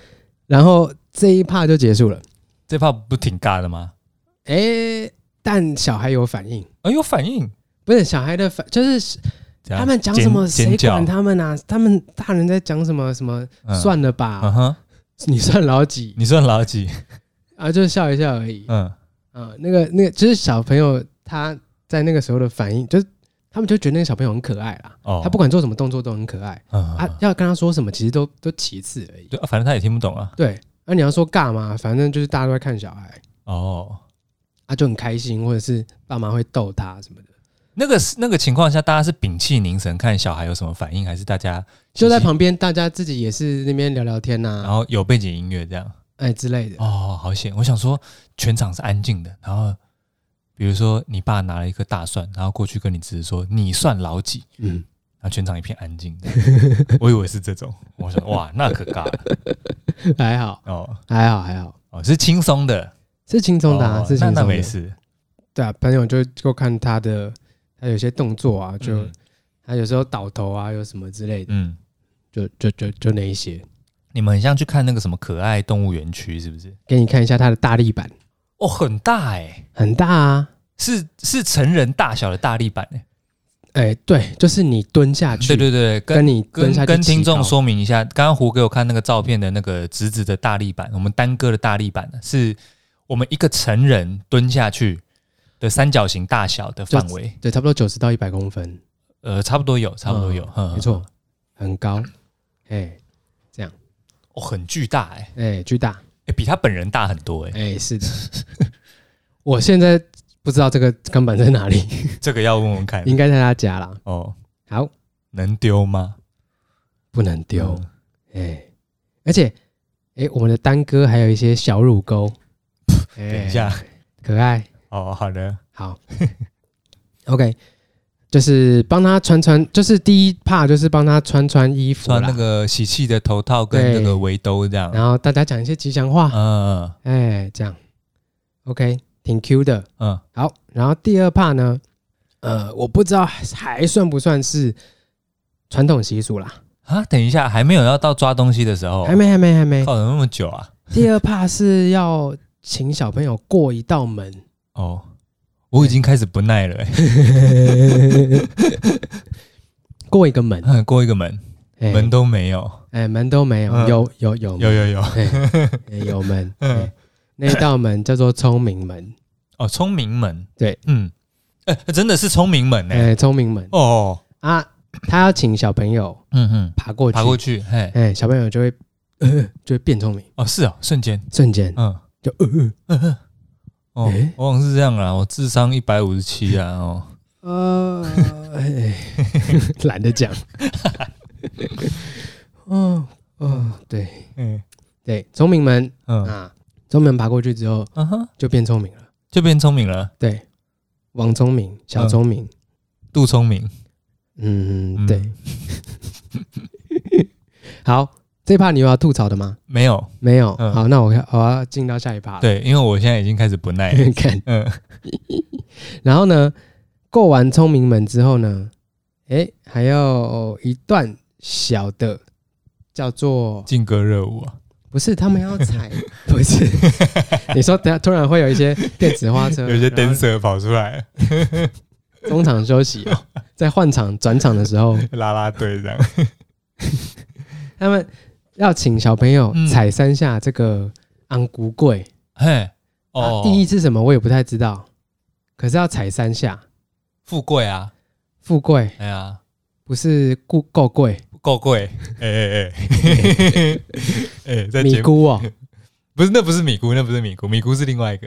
Speaker 2: 然后这一趴就结束了。
Speaker 1: 这怕不挺尬的吗？
Speaker 2: 哎、但小孩有反应，
Speaker 1: 啊，有反应
Speaker 2: 不是小孩的反，就是
Speaker 1: 这样
Speaker 2: 他们讲什么
Speaker 1: 尖
Speaker 2: 谁
Speaker 1: 尖
Speaker 2: 管
Speaker 1: 叫
Speaker 2: 他们啊？他们大人在讲什么什么？
Speaker 1: 嗯
Speaker 2: 算了吧，
Speaker 1: 嗯哼，
Speaker 2: 你算老几
Speaker 1: 你算老几？
Speaker 2: 啊？就是笑一笑而已。
Speaker 1: 嗯
Speaker 2: 啊，那个那个，就是小朋友他在那个时候的反应，就是他们就觉得那个小朋友很可爱啦。
Speaker 1: 哦，
Speaker 2: 他不管做什么动作都很可爱
Speaker 1: 嗯
Speaker 2: 啊，要跟他说什么其实都都其次而已。
Speaker 1: 对，啊反正他也听不懂啊。
Speaker 2: 对，那、你要说干嘛，反正就是大家都在看小孩，
Speaker 1: 哦，
Speaker 2: 啊就很开心，或者是爸妈会逗他什么的，
Speaker 1: 那个是那个情况下，大家是屏气凝神看小孩有什么反应，还是大家
Speaker 2: 就在
Speaker 1: 嘻嘻，
Speaker 2: 旁边大家自己也是那边聊聊天呐、
Speaker 1: 然后有背景音乐这样？
Speaker 2: 哎、之类的。
Speaker 1: 哦，好险！我想说全场是安静的，然后比如说你爸拿了一颗大蒜，然后过去跟你侄子说你算老几，
Speaker 2: 嗯，
Speaker 1: 然后全场一片安静。
Speaker 2: [laughs]
Speaker 1: 我以为是这种，我想哇，那可尬了
Speaker 2: 还好，
Speaker 1: 哦
Speaker 2: 还好，还好，
Speaker 1: 哦，是轻松的，
Speaker 2: 是轻松的、啊，
Speaker 1: 哦
Speaker 2: 是
Speaker 1: 那
Speaker 2: 轻松
Speaker 1: 那
Speaker 2: 的。
Speaker 1: 没事，
Speaker 2: 对啊，朋友就就看他的，他有些动作啊，就、
Speaker 1: 嗯
Speaker 2: 他有时候倒头啊，有什么之类的，
Speaker 1: 嗯，
Speaker 2: 就就就就那一些。
Speaker 1: 你们很像去看那个什么可爱动物园区，是不是？
Speaker 2: 给你看一下他的大力板，
Speaker 1: 哦，很大哎、
Speaker 2: 很大啊。
Speaker 1: 是是成人大小的大力板、欸，
Speaker 2: 哎、对，就是你蹲下啊去，
Speaker 1: 对对对，跟
Speaker 2: 跟你蹲
Speaker 1: 跟
Speaker 2: 下去
Speaker 1: 跟听
Speaker 2: 起
Speaker 1: 众
Speaker 2: 高，
Speaker 1: 说明一下，刚刚胡给我看那个照片的那个直直的大力板，我们单哥的大力板呢，是我们一个成人蹲下去的三角形大小的范围，
Speaker 2: 对，差不多九十到一百公分，
Speaker 1: 呃，差不多有，差不多有，
Speaker 2: 嗯
Speaker 1: 嗯
Speaker 2: 没，错，很高，哎、
Speaker 1: 哦，很巨大哎、欸
Speaker 2: 哎、巨大，
Speaker 1: 欸比他本人大很多哎、欸
Speaker 2: 哎、是
Speaker 1: [laughs]
Speaker 2: 的。我现在不知道这个钢板在哪
Speaker 1: [laughs]
Speaker 2: 里，
Speaker 1: 这个要问问看
Speaker 2: 应该在他家啦。
Speaker 1: 哦，
Speaker 2: 好，
Speaker 1: 能丢吗？
Speaker 2: 不能丢，
Speaker 1: 嗯
Speaker 2: 哎、而且，哎、我们的丹哥还有一些小乳沟，哎
Speaker 1: [laughs] 等一下，
Speaker 2: 可爱，
Speaker 1: 哦，好的，
Speaker 2: 好 [laughs] ，OK，就是帮他穿穿，就是第一怕就是帮他穿穿衣服啦
Speaker 1: 穿那个喜气的头套跟那
Speaker 2: 对
Speaker 1: 个围兜这样，
Speaker 2: 然后大家讲一些吉祥话，
Speaker 1: 嗯嗯
Speaker 2: 哎、这样，OK，挺 Q 的。
Speaker 1: 嗯，
Speaker 2: 好，然后第二怕呢，呃，我不知道还算不算是传统习俗啦，
Speaker 1: 啊，等一下，还没有要到抓东西的时候，
Speaker 2: 还没，还没，还没。
Speaker 1: 靠，怎么那么久啊？
Speaker 2: 第二怕是要请小朋友过一道门，
Speaker 1: 哦，我已经开始不耐了、欸，
Speaker 2: 过一个门，
Speaker 1: [laughs] 过一个门，
Speaker 2: 哎、
Speaker 1: 门都没有，
Speaker 2: 哎、门都没有，
Speaker 1: 嗯
Speaker 2: 有有有
Speaker 1: 有
Speaker 2: 门
Speaker 1: 有有，
Speaker 2: 哎有门，
Speaker 1: 嗯
Speaker 2: 哎那道门叫做聪明门，
Speaker 1: 哦，聪明门，
Speaker 2: 对，
Speaker 1: 嗯，哎、真的是聪明门 [laughs] 哎、
Speaker 2: 哎，聪明门
Speaker 1: 哦，
Speaker 2: 啊，他要请小朋友
Speaker 1: 嗯嗯，
Speaker 2: 爬过去，
Speaker 1: 爬过去，嘿，
Speaker 2: 哎，小朋友就会呃就会变聪明，
Speaker 1: 哦，是哦，瞬间，
Speaker 2: 瞬间
Speaker 1: 嗯，
Speaker 2: 就呃
Speaker 1: 哦
Speaker 2: 哎，
Speaker 1: 往往是这样啦，我智商一百五十七啊，哦，
Speaker 2: 呃，哎
Speaker 1: [laughs]
Speaker 2: 懒得讲，嗯嗯，对
Speaker 1: 嗯
Speaker 2: 对，聪明门
Speaker 1: 嗯
Speaker 2: 啊，聪明门爬过去之后
Speaker 1: 嗯哼，
Speaker 2: 就变聪明了，
Speaker 1: 就变聪明了，
Speaker 2: 对，王聪明，小聪明，
Speaker 1: 杜聪明，
Speaker 2: 嗯，
Speaker 1: 嗯
Speaker 2: 对，好，这怕你有要吐槽的吗？
Speaker 1: 没有，
Speaker 2: 没有。
Speaker 1: 嗯
Speaker 2: 好，那我要我要进到下一趴了。
Speaker 1: 对，因为我现在已经开始不耐 [laughs] 了，
Speaker 2: [laughs] 看，
Speaker 1: 嗯，
Speaker 2: 然后呢，过完聪明门之后呢，诶，还要一段小的叫做
Speaker 1: 劲歌热舞啊，
Speaker 2: 不是他们要踩， [laughs]
Speaker 1: [laughs]
Speaker 2: 不是，你说等下突然会有一些电子花车，
Speaker 1: 有一些
Speaker 2: 然后
Speaker 1: dancer 跑出来了，
Speaker 2: 中场休息哦，在换场转场的时候，
Speaker 1: 啦啦队这样，
Speaker 2: 他们要请小朋友
Speaker 1: 嗯
Speaker 2: 踩三下这个安骨柜。
Speaker 1: 嘿，哦，，
Speaker 2: 哦定义是什么我也不太知道，可是要踩三下，
Speaker 1: 富贵啊，
Speaker 2: 富贵
Speaker 1: 哎呀。
Speaker 2: 不是顾够贵，
Speaker 1: 够贵，哎哎
Speaker 2: [laughs]
Speaker 1: 哎，哎，在
Speaker 2: 米
Speaker 1: 节目
Speaker 2: 姑
Speaker 1: [laughs]
Speaker 2: 哦，
Speaker 1: 不是那不是米姑，那不是米姑，米姑是另外一个，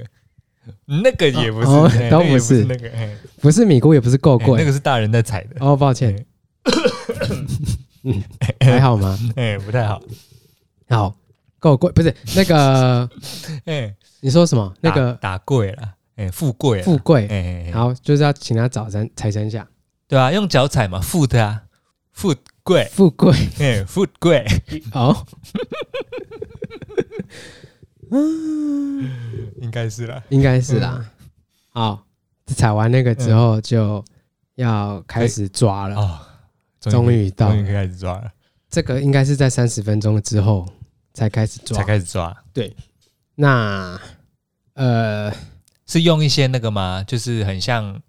Speaker 1: 那个也不是，
Speaker 2: 哦
Speaker 1: 哎
Speaker 2: 都
Speaker 1: 那个也
Speaker 2: 不
Speaker 1: 不
Speaker 2: 是
Speaker 1: 那个，哎
Speaker 2: 不是米姑，也不是够
Speaker 1: 哎那
Speaker 2: 贵。
Speaker 1: 个是哎大人在踩的，
Speaker 2: 哦，抱歉，嗯，还好吗？
Speaker 1: 哎，不太好，
Speaker 2: 好，够贵不是那个，
Speaker 1: 哎，
Speaker 2: 你说什么？那个
Speaker 1: 打打贵了，哎，富贵啦，
Speaker 2: 富
Speaker 1: 哎，
Speaker 2: 贵，
Speaker 1: 哎，哎
Speaker 2: 好，就是要请他找三踩三下，
Speaker 1: 对啊，用脚踩嘛，富的啊，富贵，
Speaker 2: 富贵 [laughs]
Speaker 1: 哎，富贵，
Speaker 2: 哦，
Speaker 1: 应该是
Speaker 2: [laughs]
Speaker 1: 啦，
Speaker 2: 应该是啦。
Speaker 1: 嗯
Speaker 2: 好，踩完那个之后就要开始抓了，
Speaker 1: 哦，
Speaker 2: 终于到
Speaker 1: 终于
Speaker 2: 了
Speaker 1: 可以开始抓了，
Speaker 2: 这个应该是在三十分钟之后才开始抓
Speaker 1: 才。开始抓，
Speaker 2: 那呃，
Speaker 1: 是用一些那个吗？就是很像，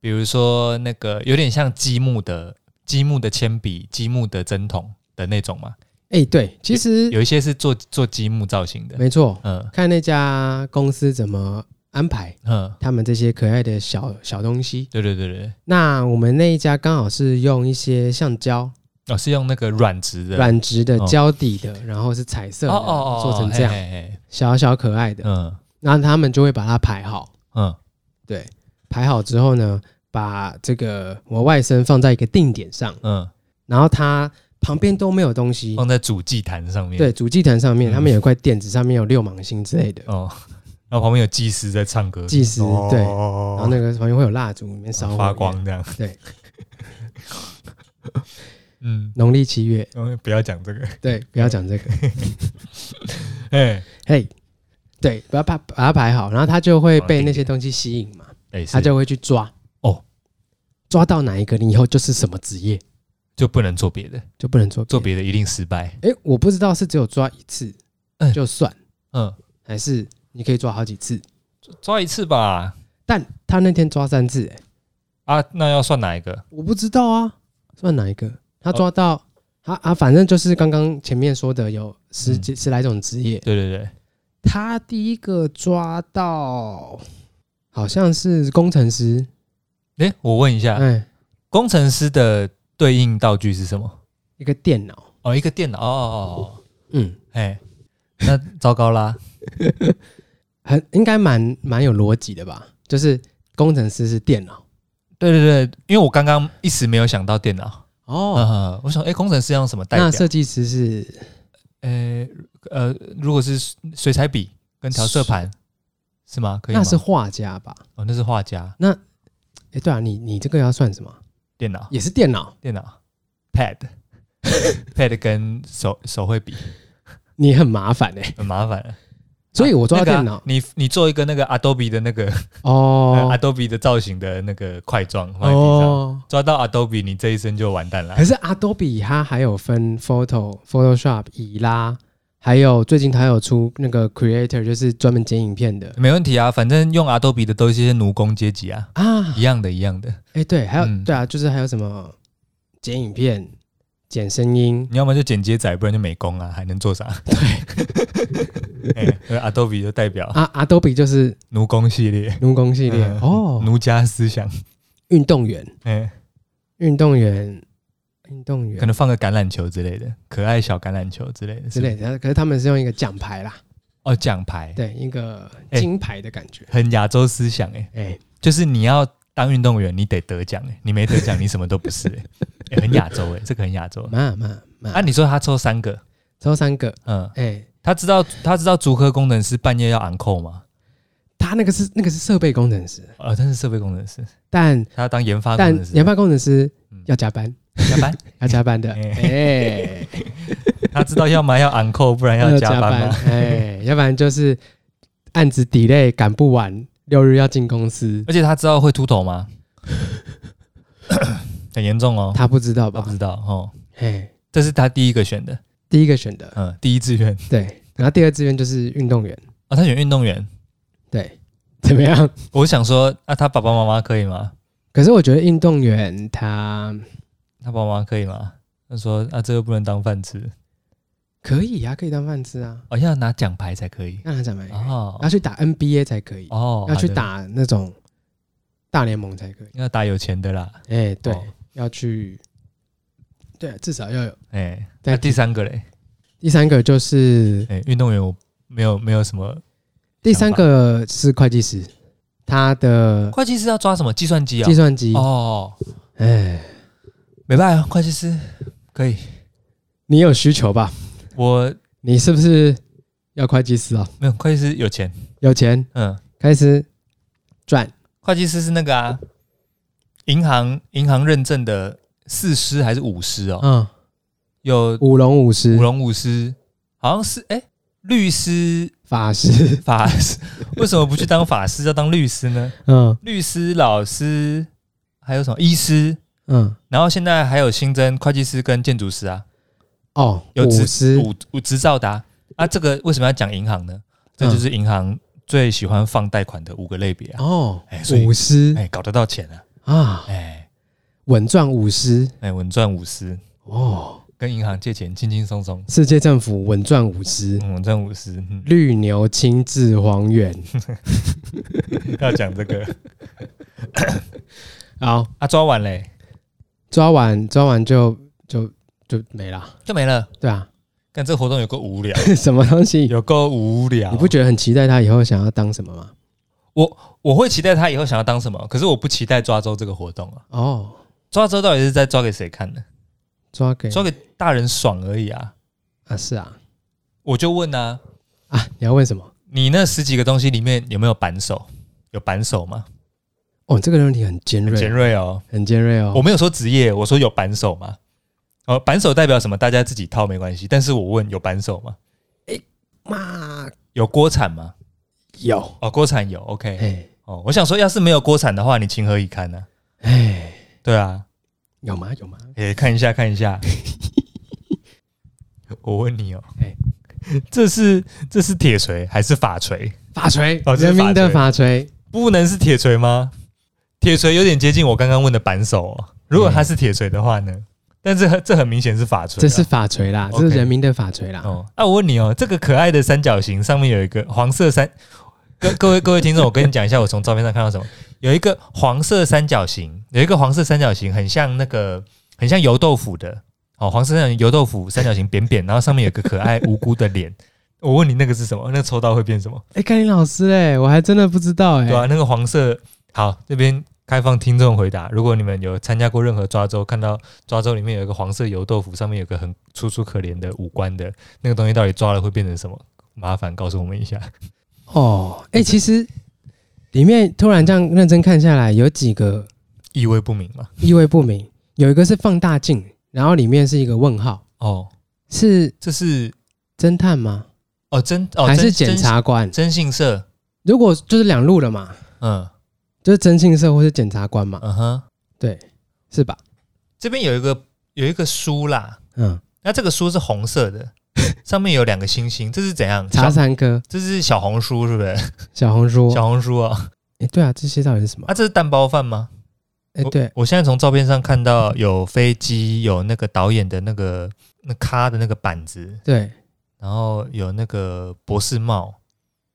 Speaker 1: 比如说那个有点像积木的积木的铅笔、积木的针筒的那种嘛，
Speaker 2: 哎、对，其实
Speaker 1: 有一些是做做积木造型的。
Speaker 2: 没错，
Speaker 1: 嗯
Speaker 2: 看那家公司怎么安排
Speaker 1: 嗯，
Speaker 2: 他们这些可爱的小小东西。
Speaker 1: 对对对对，
Speaker 2: 那我们那一家刚好是用一些橡胶
Speaker 1: 哦，是用那个软质的，
Speaker 2: 软质的
Speaker 1: 哦
Speaker 2: 胶底的，然后是彩色
Speaker 1: 哦
Speaker 2: 的，
Speaker 1: 哦哦，
Speaker 2: 做成这样
Speaker 1: 嘿嘿嘿
Speaker 2: 小小可爱的。
Speaker 1: 嗯
Speaker 2: 然后他们就会把它排好，
Speaker 1: 嗯
Speaker 2: 对，排好之后呢，把这个我外甥放在一个定点上，
Speaker 1: 嗯，
Speaker 2: 然后它旁边都没有东西，
Speaker 1: 放在主祭坛上面。
Speaker 2: 对，主祭坛上面
Speaker 1: 哦嗯
Speaker 2: 他们有一块垫子，上面有六芒星之类的，
Speaker 1: 哦，然后旁边有祭司在唱歌，
Speaker 2: 祭司
Speaker 1: 哦
Speaker 2: 对然后
Speaker 1: 然
Speaker 2: 那个旁边会有蜡烛，里面烧火
Speaker 1: 发。光这样。
Speaker 2: 对，
Speaker 1: [laughs] 嗯，
Speaker 2: 农历七月，
Speaker 1: 然后不要讲这个，
Speaker 2: 对，不要讲
Speaker 1: [laughs]
Speaker 2: 这个，
Speaker 1: 哎
Speaker 2: 嘿，对，把它排把它排好，然后它就会被那些东西吸引嘛，
Speaker 1: 哎，
Speaker 2: 它
Speaker 1: 他就
Speaker 2: 就会去抓，
Speaker 1: 哦，
Speaker 2: 抓到哪一个，你以后就是什么职业，
Speaker 1: 就不能做别的，
Speaker 2: 就不能做
Speaker 1: 做别的一定失败。
Speaker 2: 哎、我不知道是只有抓一次、
Speaker 1: 嗯
Speaker 2: 就算，
Speaker 1: 嗯，
Speaker 2: 还是你可以抓好几次。
Speaker 1: 抓一次吧，
Speaker 2: 但他那天抓三次、诶
Speaker 1: 啊，那要算哪一个？
Speaker 2: 我不知道啊，算哪一个？他抓到、
Speaker 1: 哦
Speaker 2: 他啊，反正就是刚刚前面说的有十
Speaker 1: 嗯
Speaker 2: 几、十来种职业，
Speaker 1: 对对对，
Speaker 2: 他第一个抓到好像是工程师，
Speaker 1: 哎、我问一下，
Speaker 2: 哎、
Speaker 1: 工程师的对应道具是什么？
Speaker 2: 一个电脑，
Speaker 1: 哦，一个电脑。哦哦哦，
Speaker 2: 嗯，
Speaker 1: 哎，那糟糕啦。
Speaker 2: 很应该蛮蛮有逻辑的吧？就是工程师是电脑
Speaker 1: 对对对，因为我刚刚一时没有想到电脑。
Speaker 2: 哦
Speaker 1: 嗯，我想，哎、工程师要用什么代
Speaker 2: 那
Speaker 1: 表？
Speaker 2: 设计师是
Speaker 1: 呃呃，如果是水彩笔跟调色盘，是吗？可以吗？
Speaker 2: 那是画家吧？
Speaker 1: 哦，那是画家
Speaker 2: 哎、对啊，你你这个要算什么？
Speaker 1: 电脑，
Speaker 2: 也是电脑，
Speaker 1: 电脑 [laughs] pad pad 跟手手绘笔
Speaker 2: 你很麻烦哎、
Speaker 1: 很麻烦。
Speaker 2: 所以我抓到
Speaker 1: 那个啊
Speaker 2: 电脑、
Speaker 1: 你你做一个那个 Adobe 啊的那个、呃
Speaker 2: 哦
Speaker 1: [laughs] Adobe 的造型的那个块状放在地上，
Speaker 2: 哦，
Speaker 1: 抓到 Adobe，你这一生就完蛋了
Speaker 2: 可。是 Adobe 它还有分 Photo、Photoshop、以拉，还有最近它有出那个 Creator，就是专门剪影片的
Speaker 1: 没问题啊，反正用 Adobe 的都是一些奴工阶级啊，
Speaker 2: 啊
Speaker 1: 一。样的，一样的。
Speaker 2: 哎、对，还有、
Speaker 1: 嗯
Speaker 2: 对啊，就是还有什么剪影片、剪声音，
Speaker 1: 你要么就剪接仔，不然就美工啊，还能做啥？ [laughs] 对、欸、，Adobe 就代表
Speaker 2: 啊，Adobe 就是
Speaker 1: 奴工系列，
Speaker 2: 奴工系列、
Speaker 1: 嗯
Speaker 2: 哦，
Speaker 1: 奴家思想。
Speaker 2: 运动员，
Speaker 1: 哎、
Speaker 2: 运动员，运动员
Speaker 1: 可能放个橄榄球之类的，可爱小橄榄球之类的
Speaker 2: 之类
Speaker 1: 的。
Speaker 2: 的，可是他们是用一个奖牌啦，
Speaker 1: 哦，奖牌，
Speaker 2: 对，一个
Speaker 1: 哎
Speaker 2: 金牌的感觉，
Speaker 1: 很亚洲思想哎、
Speaker 2: 哎、
Speaker 1: 就是你要当运动员，你得得奖哎、你没得奖，你什么都不是 [laughs] 哎、欸很亚洲哎、这个很亚洲。
Speaker 2: 嘛嘛嘛！
Speaker 1: 啊，你说他抽三个，
Speaker 2: 抽三个，
Speaker 1: 嗯，
Speaker 2: 哎、
Speaker 1: 他知道他知道足科工程师半夜要昂扣吗？
Speaker 2: 他那个是那个是设备工程师，
Speaker 1: 呃，他是设备工程师，
Speaker 2: 但
Speaker 1: 他当研发
Speaker 2: 但
Speaker 1: 工程师，
Speaker 2: 研发工程师
Speaker 1: 嗯
Speaker 2: 要加
Speaker 1: [laughs]
Speaker 2: 班，
Speaker 1: 加班，
Speaker 2: 要加班的，
Speaker 1: 哎
Speaker 2: 哎，
Speaker 1: 他知道要么要昂扣，不然 [laughs] 要加班吗？ [laughs]
Speaker 2: 哎，要不然就是案子 delay 赶不完，六日要进公司，
Speaker 1: 而且他知道会秃头 [coughs] 吗？很严重哦，
Speaker 2: 他不知道
Speaker 1: 他不
Speaker 2: 吧
Speaker 1: 知？道哦，
Speaker 2: 哎，
Speaker 1: 这是他第一个选的，
Speaker 2: 第一个选的，
Speaker 1: 嗯，第一志愿
Speaker 2: 对，然后第二志愿就是运动员，
Speaker 1: 啊，他选运动员。
Speaker 2: 对， [laughs] 怎么样？
Speaker 1: 我想说，那、他爸爸妈妈可以吗？
Speaker 2: 可是我觉得运动员他
Speaker 1: 他爸爸妈妈可以吗？他说啊，这又不能当饭吃，
Speaker 2: 可以啊，可以当饭吃啊，
Speaker 1: 哦，要拿奖牌才可以。
Speaker 2: 让他讲嘛，
Speaker 1: 哦
Speaker 2: 要去打 NBA 才可以，
Speaker 1: 哦，
Speaker 2: 要去
Speaker 1: 好的，
Speaker 2: 打那种大联盟才可以。
Speaker 1: 要打有钱的啦。
Speaker 2: 哎、对，
Speaker 1: 哦
Speaker 2: 要去，对啊，至少要有。
Speaker 1: 哎、
Speaker 2: 但
Speaker 1: 那第三个嘞，
Speaker 2: 第三个就是
Speaker 1: 哎、运动员我没有没有什么。
Speaker 2: 第三个是会计师，他的
Speaker 1: 会计师要抓什么计算机啊、
Speaker 2: 计算机，
Speaker 1: 哦，
Speaker 2: 哎、
Speaker 1: 没办法，会计师可以。
Speaker 2: 你有需求吧？
Speaker 1: 我
Speaker 2: 你是不是要会计师啊？
Speaker 1: 没有会计师有钱，
Speaker 2: 有钱
Speaker 1: 嗯，
Speaker 2: 开始赚，
Speaker 1: 会计师是那个啊，银行银行认证的四师还是五师哦？
Speaker 2: 嗯，
Speaker 1: 有
Speaker 2: 舞龙舞狮
Speaker 1: 舞，龙舞狮，好像是哎、律师
Speaker 2: 法师，
Speaker 1: 法师， [laughs] 为什么不去当法师，要当律师呢？
Speaker 2: 嗯
Speaker 1: 律师、老师，还有什么医师？
Speaker 2: 嗯，
Speaker 1: 然后现在还有新增会计师跟建筑师啊，
Speaker 2: 哦，
Speaker 1: 有
Speaker 2: 舞
Speaker 1: 执
Speaker 2: 狮，
Speaker 1: 五五执照的啊。啊这个为什么要讲银行
Speaker 2: 嗯
Speaker 1: 呢？这就是银行最喜欢放贷款的五个类别啊。
Speaker 2: 哦
Speaker 1: 哎所，以
Speaker 2: 舞狮
Speaker 1: 哎、搞得到钱啊！
Speaker 2: 啊，
Speaker 1: 哎、
Speaker 2: 稳赚五十
Speaker 1: 哎、稳赚五十，
Speaker 2: 哦，
Speaker 1: 跟银行借钱轻轻松松，
Speaker 2: 世界政府稳赚五十，
Speaker 1: 嗯稳赚五十。嗯
Speaker 2: 绿牛亲自黄远。
Speaker 1: 要讲这个 [laughs]
Speaker 2: 好，
Speaker 1: 啊，抓完嘞
Speaker 2: 抓完抓完就就就没了，
Speaker 1: 就没了。
Speaker 2: 对啊， [laughs]
Speaker 1: 干这活动有够无聊，
Speaker 2: 什么东西？
Speaker 1: 有够无聊。
Speaker 2: 哎你不觉得很期待他以后想要当什么吗？
Speaker 1: 我会期待他以后想要当什么，可是我不期待抓周这个活动啊。
Speaker 2: 哦，
Speaker 1: 抓周到底是在抓给谁看的？
Speaker 2: 抓给
Speaker 1: 抓给大人爽而已啊！
Speaker 2: 啊，是啊
Speaker 1: 我就问啊，
Speaker 2: 啊，你要问什么？
Speaker 1: 你那十几个东西里面有没有扳手？有扳手吗？
Speaker 2: 哦，这个问题很尖锐，
Speaker 1: 很尖锐哦，
Speaker 2: 很尖锐哦。
Speaker 1: 我没有说职业，我说有扳手吗？哦，扳手代表什么？大家自己套没关系。但是我问有扳手吗？
Speaker 2: 妈
Speaker 1: 有锅铲吗？
Speaker 2: 有，
Speaker 1: 哦，锅铲有，OK。
Speaker 2: 哎
Speaker 1: 哦，我想说，要是没有锅铲的话，你情何以堪呢、
Speaker 2: 哎，
Speaker 1: 对啊，
Speaker 2: 有吗？有吗？
Speaker 1: 诶、看一下，看一下。我问你哦，
Speaker 2: 哎
Speaker 1: 这是这是铁锤还是法锤？
Speaker 2: 法锤，
Speaker 1: 哦这是
Speaker 2: 人民的法
Speaker 1: 法
Speaker 2: 锤，
Speaker 1: 不能是铁锤吗？铁锤有点接近我刚刚问的扳手哦。如果它是铁锤的话呢？但这这很明显是法锤啊、
Speaker 2: 这是法锤啦，这
Speaker 1: OK
Speaker 2: 是人民的法锤啦。
Speaker 1: 哦，那、我问你哦，这个可爱的三角形上面有一个黄色三，各各位各位听众，我跟你讲一下，我从照片上看到什么，有一个黄色三角形，有一个黄色三角形，很像那个很像油豆腐的，哦，黄色三角形油豆腐三角形扁扁，然后上面有个可爱无辜的脸。我问你那个是什么？那个抽到会变什么？
Speaker 2: 哎，甘霖老师，哎，我还真的不知道，哎
Speaker 1: 对，啊，那个黄色，好，这边开放听众回答。如果你们有参加过任何抓周，看到抓周里面有一个黄色油豆腐，上面有个很楚楚可怜的五官的那个东西，到底抓了会变成什么？麻烦告诉我们一下。
Speaker 2: 哦，哎，其实里面突然这样认真看下来，有几个
Speaker 1: 意味不明嘛？
Speaker 2: 意味不明，有一个是放大镜，然后里面是一个问号，
Speaker 1: 哦，
Speaker 2: 是
Speaker 1: 这是
Speaker 2: 侦探吗？
Speaker 1: 哦真哦
Speaker 2: 还是
Speaker 1: 真
Speaker 2: 检察官？
Speaker 1: 真信社？
Speaker 2: 如果就是两路了嘛，
Speaker 1: 嗯
Speaker 2: 就是征信社或是检察官嘛，
Speaker 1: 嗯哼，
Speaker 2: 是吧？
Speaker 1: 这边有一个有一个书啦，
Speaker 2: 嗯，
Speaker 1: 那这个书是红色 [laughs] 的，上面有两个星星，这是怎样？
Speaker 2: 茶
Speaker 1: 小
Speaker 2: 三哥、
Speaker 1: 这是小红书是不是？
Speaker 2: 小红书，
Speaker 1: 小红书啊、
Speaker 2: 哎，对啊，这些到底是什么？
Speaker 1: 啊，这是蛋包饭吗？
Speaker 2: 哎，
Speaker 1: 我
Speaker 2: 对，
Speaker 1: 我现在从照片上看到有飞机，有那个导演的那个那咖的那个板子，
Speaker 2: 对，
Speaker 1: 然后有那个博士帽，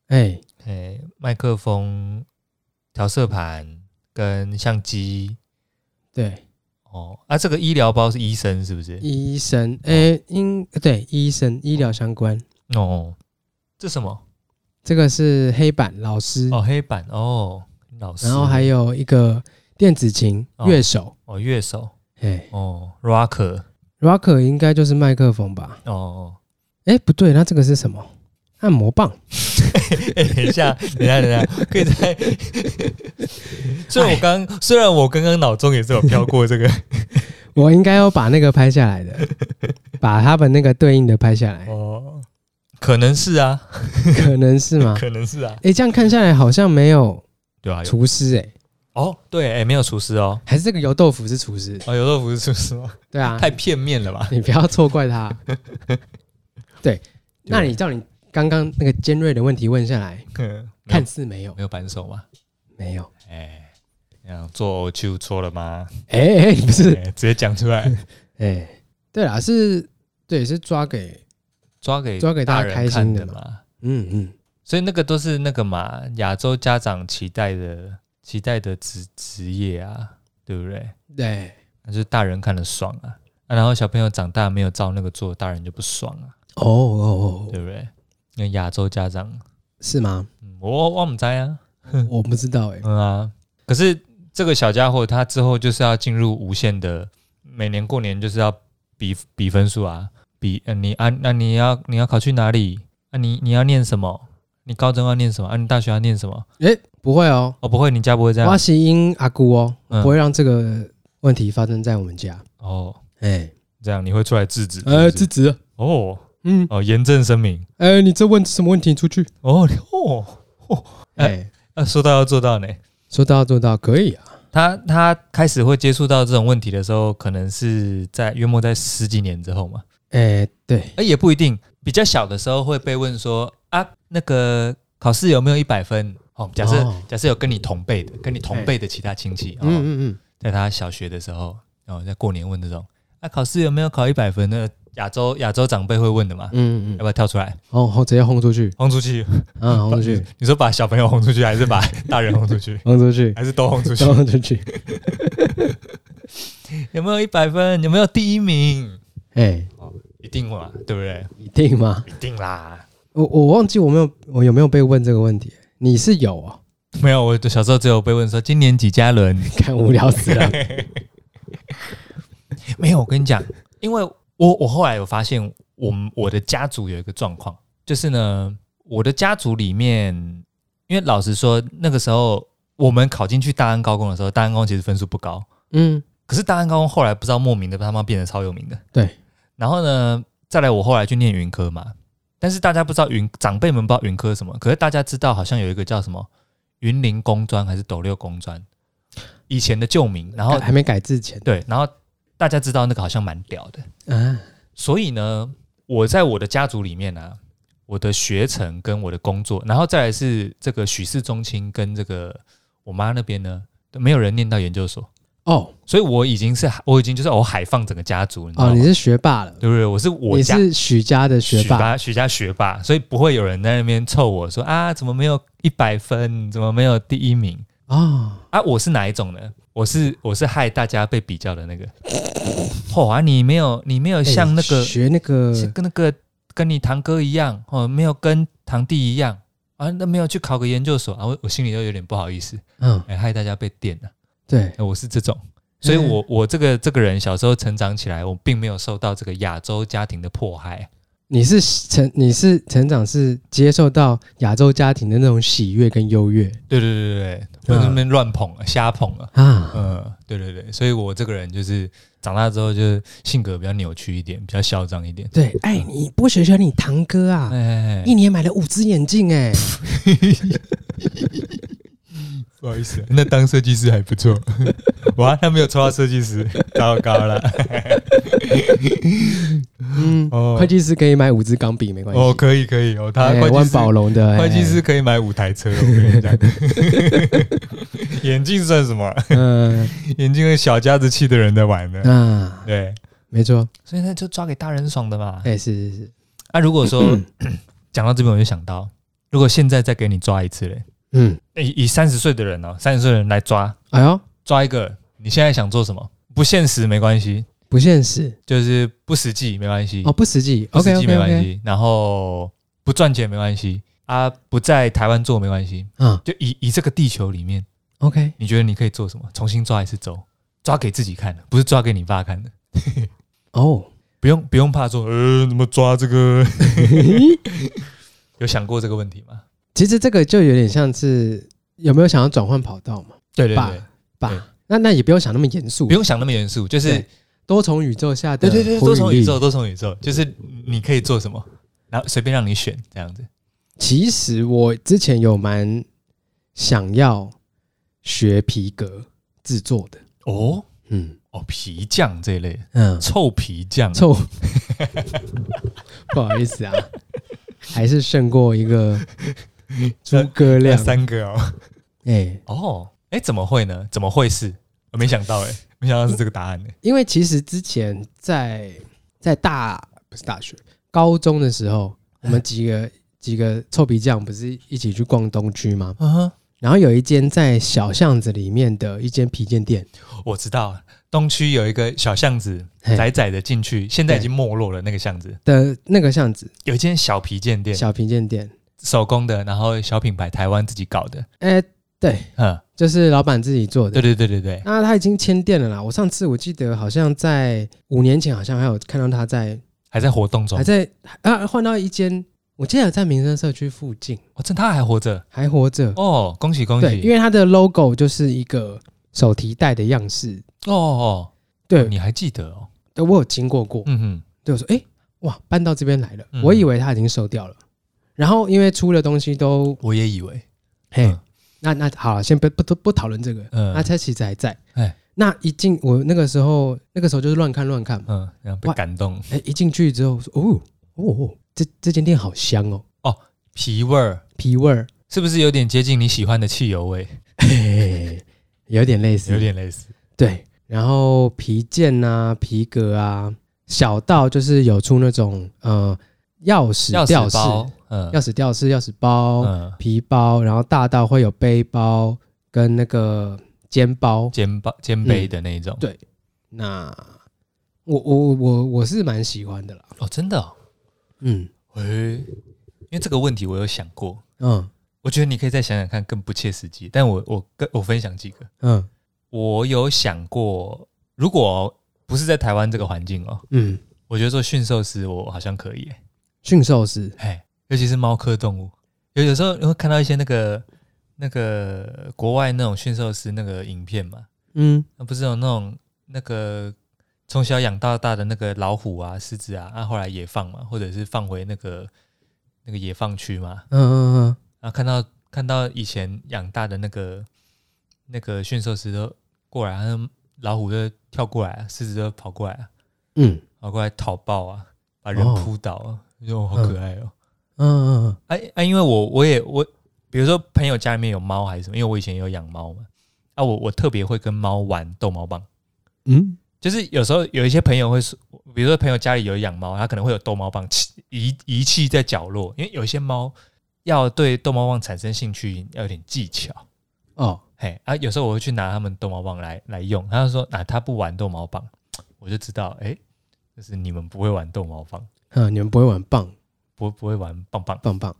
Speaker 2: 哎，
Speaker 1: 哎、麦克风、调色盘跟相机。
Speaker 2: 对，
Speaker 1: 哦，啊，这个医疗包是医生是不是？
Speaker 2: 医生，哎，应对医生医疗相关，
Speaker 1: 哦，这什么？
Speaker 2: 这个是黑板老师，
Speaker 1: 哦，黑板哦，老师，
Speaker 2: 然后还有一个电子琴
Speaker 1: 哦
Speaker 2: 乐手，
Speaker 1: 哦乐手
Speaker 2: 哎
Speaker 1: 哦 rocker
Speaker 2: ，rocker 应该就是麦克风吧？
Speaker 1: 哦哦，
Speaker 2: 哎，不对，那这个是什么？按摩棒，
Speaker 1: 哎、等一下，等一下，等一下，可以在。 [laughs] 虽然我刚，虽然我刚刚脑中也是有飘过这个
Speaker 2: 我应该要把那个拍下来
Speaker 1: [laughs]
Speaker 2: 的，把他们那个对应的拍下来，
Speaker 1: 哦，可能是啊，
Speaker 2: 可能是
Speaker 1: [laughs]
Speaker 2: 吗？
Speaker 1: 可能是啊，
Speaker 2: 哎、这样看下来好像没有
Speaker 1: 对啊，有
Speaker 2: 厨师哎、
Speaker 1: 哦，对，哎、没有厨师哦，
Speaker 2: 还是这个油豆腐是厨师？
Speaker 1: 哦，有豆腐是厨师吗？
Speaker 2: 对啊，
Speaker 1: 太片面了吧？
Speaker 2: [laughs] 你不要错怪他。
Speaker 1: [laughs]
Speaker 2: 对，那你照你刚刚那个尖锐的问题问下来，
Speaker 1: 嗯没有
Speaker 2: 看似没有，
Speaker 1: 没有扳手吗？
Speaker 2: 没有。
Speaker 1: 哎、这样做就错了吗？
Speaker 2: 哎、哎、你不是
Speaker 1: 哎直接讲出
Speaker 2: [laughs]
Speaker 1: 来，
Speaker 2: 哎、对啦，是，对，是抓给，
Speaker 1: 抓给
Speaker 2: 抓给大家
Speaker 1: 人
Speaker 2: 开心
Speaker 1: 看
Speaker 2: 的
Speaker 1: 的
Speaker 2: 嘛
Speaker 1: 嘛。
Speaker 2: 嗯嗯，
Speaker 1: 所以那个都是那个嘛，亚洲家长期待的期待的职职业啊，对不对？
Speaker 2: 对，
Speaker 1: 那就是大人看了爽啊啊然后小朋友长大没有照那个做，大人就不爽啊，
Speaker 2: 哦哦哦，
Speaker 1: 对不对？那亚洲家长，
Speaker 2: 是吗？
Speaker 1: 嗯、我我们在啊，
Speaker 2: 我不知道哎、
Speaker 1: 嗯啊，可是这个小家伙他之后就是要进入无限的，每年过年就是要比比分数啊，比、呃、你啊，那你要你要考去哪里？啊你你要念什么？你高中要念什么？啊你大学要念什么？
Speaker 2: 哎、不会哦，
Speaker 1: 哦不会，你家不会这样
Speaker 2: 花西英阿姑哦，
Speaker 1: 嗯
Speaker 2: 不会让这个问题发生在我们家。
Speaker 1: 哦，
Speaker 2: 哎、
Speaker 1: 这样你会出来制止？
Speaker 2: 呃，
Speaker 1: 呃，
Speaker 2: 制止了，
Speaker 1: 哦
Speaker 2: 嗯，
Speaker 1: 哦，严正声明
Speaker 2: 哎、你这问什么问题？出去。
Speaker 1: 哦哦，
Speaker 2: 哎、
Speaker 1: 那、说到要做到呢。
Speaker 2: 说到做到，可以啊。
Speaker 1: 他他开始会接触到这种问题的时候，可能是在约莫在十几年之后嘛，
Speaker 2: 哎、对，
Speaker 1: 哎、也不一定。比较小的时候会被问说啊，那个考试有没有一百分？哦，假设、
Speaker 2: 哦
Speaker 1: 假设有跟你同辈的，跟你同辈的其他亲戚，哦、
Speaker 2: 嗯嗯嗯，
Speaker 1: 在他小学的时候，然后在过年问这种，啊，考试有没有考一百分？那亚洲亚洲长辈会问的嘛，
Speaker 2: 嗯
Speaker 1: 要
Speaker 2: 嗯，
Speaker 1: 不要跳出来
Speaker 2: 轰轰直接轰出去，
Speaker 1: 轰出去？
Speaker 2: 嗯，轰出去，
Speaker 1: [laughs] 你说把小朋友轰出去，还是把大人轰出去，
Speaker 2: [laughs] 轰出去，
Speaker 1: 还是都轰出去？
Speaker 2: 轰出去，
Speaker 1: 有没有一百分？有没有第一名？
Speaker 2: 哎，
Speaker 1: 一定嘛，对不对？
Speaker 2: 一定吗？
Speaker 1: 一定啦。
Speaker 2: 我我忘记我没有我有没有被问这个问题，你是有哦，
Speaker 1: 没有，我小时候只有被问说今年几加仑， [laughs]
Speaker 2: 看无聊死了，
Speaker 1: 没有，我跟你讲，因为我我后来有发现，我们我的家族有一个状况，就是呢，我的家族里面，因为老实说，那个时候我们考进去大安高工的时候，大安高工其实分数不高，
Speaker 2: 嗯
Speaker 1: 可是大安高工后来不知道莫名的他妈变得超有名的。
Speaker 2: 对，
Speaker 1: 然后呢，再来我后来去念云科嘛，但是大家不知道云长辈们不知道云科是什么，可是大家知道好像有一个叫什么云林工专还是斗六工专，以前的旧名，然后
Speaker 2: 还没改之前
Speaker 1: 对，然后大家知道那个好像蛮屌的，
Speaker 2: 啊，
Speaker 1: 所以呢，我在我的家族里面呢、我的学成跟我的工作，然后再来是这个许氏宗亲跟这个我妈那边呢，都没有人念到研究所，
Speaker 2: 哦
Speaker 1: 所以我已经是我已经就是我海放整个家族，你知道
Speaker 2: 哦，
Speaker 1: 吗？
Speaker 2: 你是学霸了，
Speaker 1: 对不对？我是我
Speaker 2: 你
Speaker 1: 家
Speaker 2: 是许家的学
Speaker 1: 许
Speaker 2: 霸，
Speaker 1: 家许家学霸，所以不会有人在那边凑我说啊，怎么没有一百分？怎么没有第一名？
Speaker 2: 哦，
Speaker 1: 啊，我是哪一种呢？我是我是害大家被比较的那个。哦啊，你没有你没有像那个、
Speaker 2: 哎学那个
Speaker 1: 是呃跟那个跟你堂哥一样哦，没有跟堂弟一样啊，那没有去考个研究所啊，我我心里都有点不好意思，
Speaker 2: 嗯
Speaker 1: 哎，害大家被电了、
Speaker 2: 对
Speaker 1: 哎我是这种，所以我我这个这个人小时候成长起来，我并没有受到这个亚洲家庭的迫害，
Speaker 2: 你是成你是成长是接受到亚洲家庭的那种喜悦跟优越
Speaker 1: 对对对对对，我在那边乱捧啊，瞎捧啊。
Speaker 2: 啊，
Speaker 1: 嗯，对对对，所以我这个人就是长大之后就是性格比较扭曲一点，比较嚣张一点。
Speaker 2: 对，哎，你不学学你堂哥啊，
Speaker 1: 哎，
Speaker 2: 一年买了五只眼镜
Speaker 1: [laughs]
Speaker 2: 哎、
Speaker 1: 不好意思，那当设计师还不 [laughs] 错。哇，他没有抽到设计师，糟糕了。
Speaker 2: 嗯，
Speaker 1: 哦
Speaker 2: 会计师可以买五支钢笔没关系。
Speaker 1: 哦，可以可以哦，他
Speaker 2: 哎
Speaker 1: 会计
Speaker 2: 万
Speaker 1: 师、
Speaker 2: 宝龙的、哎
Speaker 1: 会计师，可以买五台车，我跟
Speaker 2: [laughs]
Speaker 1: 你讲。眼镜算什么？
Speaker 2: 嗯
Speaker 1: 眼镜是小家子气的人在玩的。
Speaker 2: 啊，
Speaker 1: 对，
Speaker 2: 没错，
Speaker 1: 所以那就抓给大人爽的嘛。
Speaker 2: 哎、是是是，
Speaker 1: 啊，如果说 [coughs] 讲到这边，我就想到，如果现在再给你抓一次嘞，
Speaker 2: 嗯，
Speaker 1: 以以三十岁的人哦，三十岁的人来抓
Speaker 2: 哎呦，
Speaker 1: 抓一个，你现在想做什么？不现实没关系，
Speaker 2: 不现实
Speaker 1: 就是不实际没关系，
Speaker 2: 哦，不实际
Speaker 1: 嗯不实
Speaker 2: ，OK
Speaker 1: 际没
Speaker 2: OK
Speaker 1: 关
Speaker 2: OK，
Speaker 1: 系，然后不赚钱没关系，啊，不在台湾做没关系，
Speaker 2: 啊
Speaker 1: 就以以这个地球里面，
Speaker 2: ，OK，
Speaker 1: 你觉得你可以做什么？重新抓一次周，抓给自己看的，不是抓给你爸看的，
Speaker 2: 哦，
Speaker 1: 不用不用怕说，呃，怎么抓这
Speaker 2: [laughs]
Speaker 1: 个？有想过这个问题吗？
Speaker 2: 其实这个就有点像是有没有想要转换跑道嘛，
Speaker 1: 对对
Speaker 2: 爸
Speaker 1: 对，对
Speaker 2: 爸，那那也不用想那么严肃，
Speaker 1: 不用想那么严肃，就是
Speaker 2: 对多重宇宙下的
Speaker 1: 对对对，
Speaker 2: 多
Speaker 1: 多
Speaker 2: 重
Speaker 1: 重宇宙，多重宇宙，就是你可以做什么，然后随便让你选这样子。
Speaker 2: 其实我之前有蛮想要学皮革制作的，
Speaker 1: 哦
Speaker 2: 嗯
Speaker 1: 哦，皮匠这一类，
Speaker 2: 嗯，
Speaker 1: 臭皮匠，啊
Speaker 2: 臭， [laughs] 不好意思啊，还是胜过一个诸葛
Speaker 1: 那
Speaker 2: 亮。
Speaker 1: 三个哦。
Speaker 2: 哎、
Speaker 1: 哦，哎，怎么会呢？怎么会是？我没想到哎， [laughs] 没想到是这个答案呢。哎
Speaker 2: 因为其实之前在在大不是大学，高中的时候，我
Speaker 1: 哎
Speaker 2: 们几个几个臭皮匠不是一起去逛东区吗？
Speaker 1: 嗯哼，
Speaker 2: 然后有一间在小巷子里面的一间皮件店，
Speaker 1: 我知道了，东区有一个小巷子，
Speaker 2: 嘿
Speaker 1: 窄窄的进去，现在已经没落了。那个巷子
Speaker 2: 的那个巷子
Speaker 1: 有一间小皮件店，
Speaker 2: 小皮件店，
Speaker 1: 手工的，然后小品牌，台湾自己搞的。
Speaker 2: 哎、对，
Speaker 1: 嗯，
Speaker 2: 就是老板自己做的
Speaker 1: 对。对对对对，
Speaker 2: 那他已经迁店了啦。我上次我记得好像在五年前，好像还有看到他在
Speaker 1: 还在活动中
Speaker 2: 还。在啊换到一间，我记得在民生社区附近
Speaker 1: 哦，这他还活着
Speaker 2: 还活着。
Speaker 1: 哦，恭喜恭
Speaker 2: 对，因
Speaker 1: 喜！
Speaker 2: 为它的 logo 就是一个手提袋的样式。
Speaker 1: 哦哦，
Speaker 2: 对，
Speaker 1: 你还记得哦？
Speaker 2: 对我有经过过，
Speaker 1: 嗯哼，
Speaker 2: 对我说，诶，哇，搬到这边来了，
Speaker 1: 嗯
Speaker 2: 我以为他已经收掉了。然后因为出的东西都
Speaker 1: 我也以为，
Speaker 2: 嘿，
Speaker 1: 嗯
Speaker 2: 那那好了，先不不不讨啊论这个，
Speaker 1: 嗯
Speaker 2: 那他其实还在
Speaker 1: 哎。
Speaker 2: 那一进我那个时候，那个时候就是乱看乱看嘛。
Speaker 1: 嗯，然后被
Speaker 2: 哇
Speaker 1: 感动，
Speaker 2: 哎，一进去之后说，哦哦，哦这这间店好香哦，
Speaker 1: 皮味儿
Speaker 2: 皮味儿，
Speaker 1: 是不是有点接近你喜欢的汽油味？
Speaker 2: 嘿有点类似，
Speaker 1: 有点类似。
Speaker 2: 对，然后皮件啊、皮革啊，小到就是有出那种呃钥匙
Speaker 1: 钥
Speaker 2: 吊
Speaker 1: 匙
Speaker 2: 饰、
Speaker 1: 包，嗯
Speaker 2: 钥匙吊饰、钥匙包、
Speaker 1: 嗯，
Speaker 2: 皮包，然后大到会有背包跟那个肩包。
Speaker 1: 肩包肩背的那一种，
Speaker 2: 对那我我我我是蛮喜欢的啦，
Speaker 1: 哦，真的、哦，
Speaker 2: 嗯
Speaker 1: 喂，因为这个问题我有想过，
Speaker 2: 嗯
Speaker 1: 我觉得你可以再想想看更不切实际，但我我跟我分享几个，
Speaker 2: 嗯
Speaker 1: 我有想过，如果不是在台湾这个环境哦，
Speaker 2: 嗯，
Speaker 1: 我觉得做驯兽师我好像可以耶，
Speaker 2: 驯兽师，
Speaker 1: 哎，尤其是猫科动物，有有时候你会看到一些那个那个国外那种驯兽师那个影片嘛，
Speaker 2: 嗯
Speaker 1: 那不是有那种那个从小养到大的那个老虎啊、狮子啊，啊后来野放嘛，或者是放回那个那个野放区嘛，
Speaker 2: 嗯嗯
Speaker 1: 然后看到看到以前养大的那个那个驯兽师都过来，那老虎就跳过来，狮子就跑过来，
Speaker 2: 嗯
Speaker 1: 跑过来讨抱啊，把人
Speaker 2: 哦
Speaker 1: 扑倒啊，就、好可爱哦。
Speaker 2: 嗯嗯嗯
Speaker 1: 哎、啊，因为我我也我，比如说朋友家里面有猫还是什么，因为我以前也有养猫嘛，啊我，我特别会跟猫玩逗猫棒，
Speaker 2: 嗯
Speaker 1: 就是有时候有一些朋友会说，比如说朋友家里有养猫，他可能会有逗猫棒弃遗遗弃在角落，因为有一些猫要对逗猫棒产生兴趣，要有点技巧。
Speaker 2: 哦，
Speaker 1: 嘿啊，有时候我会去拿他们逗猫棒来来用，他就说啊，他不玩逗猫棒，我就知道，哎、就是你们不会玩逗猫棒，
Speaker 2: 嗯，你们不会玩棒
Speaker 1: 不不会玩棒棒。
Speaker 2: 棒棒，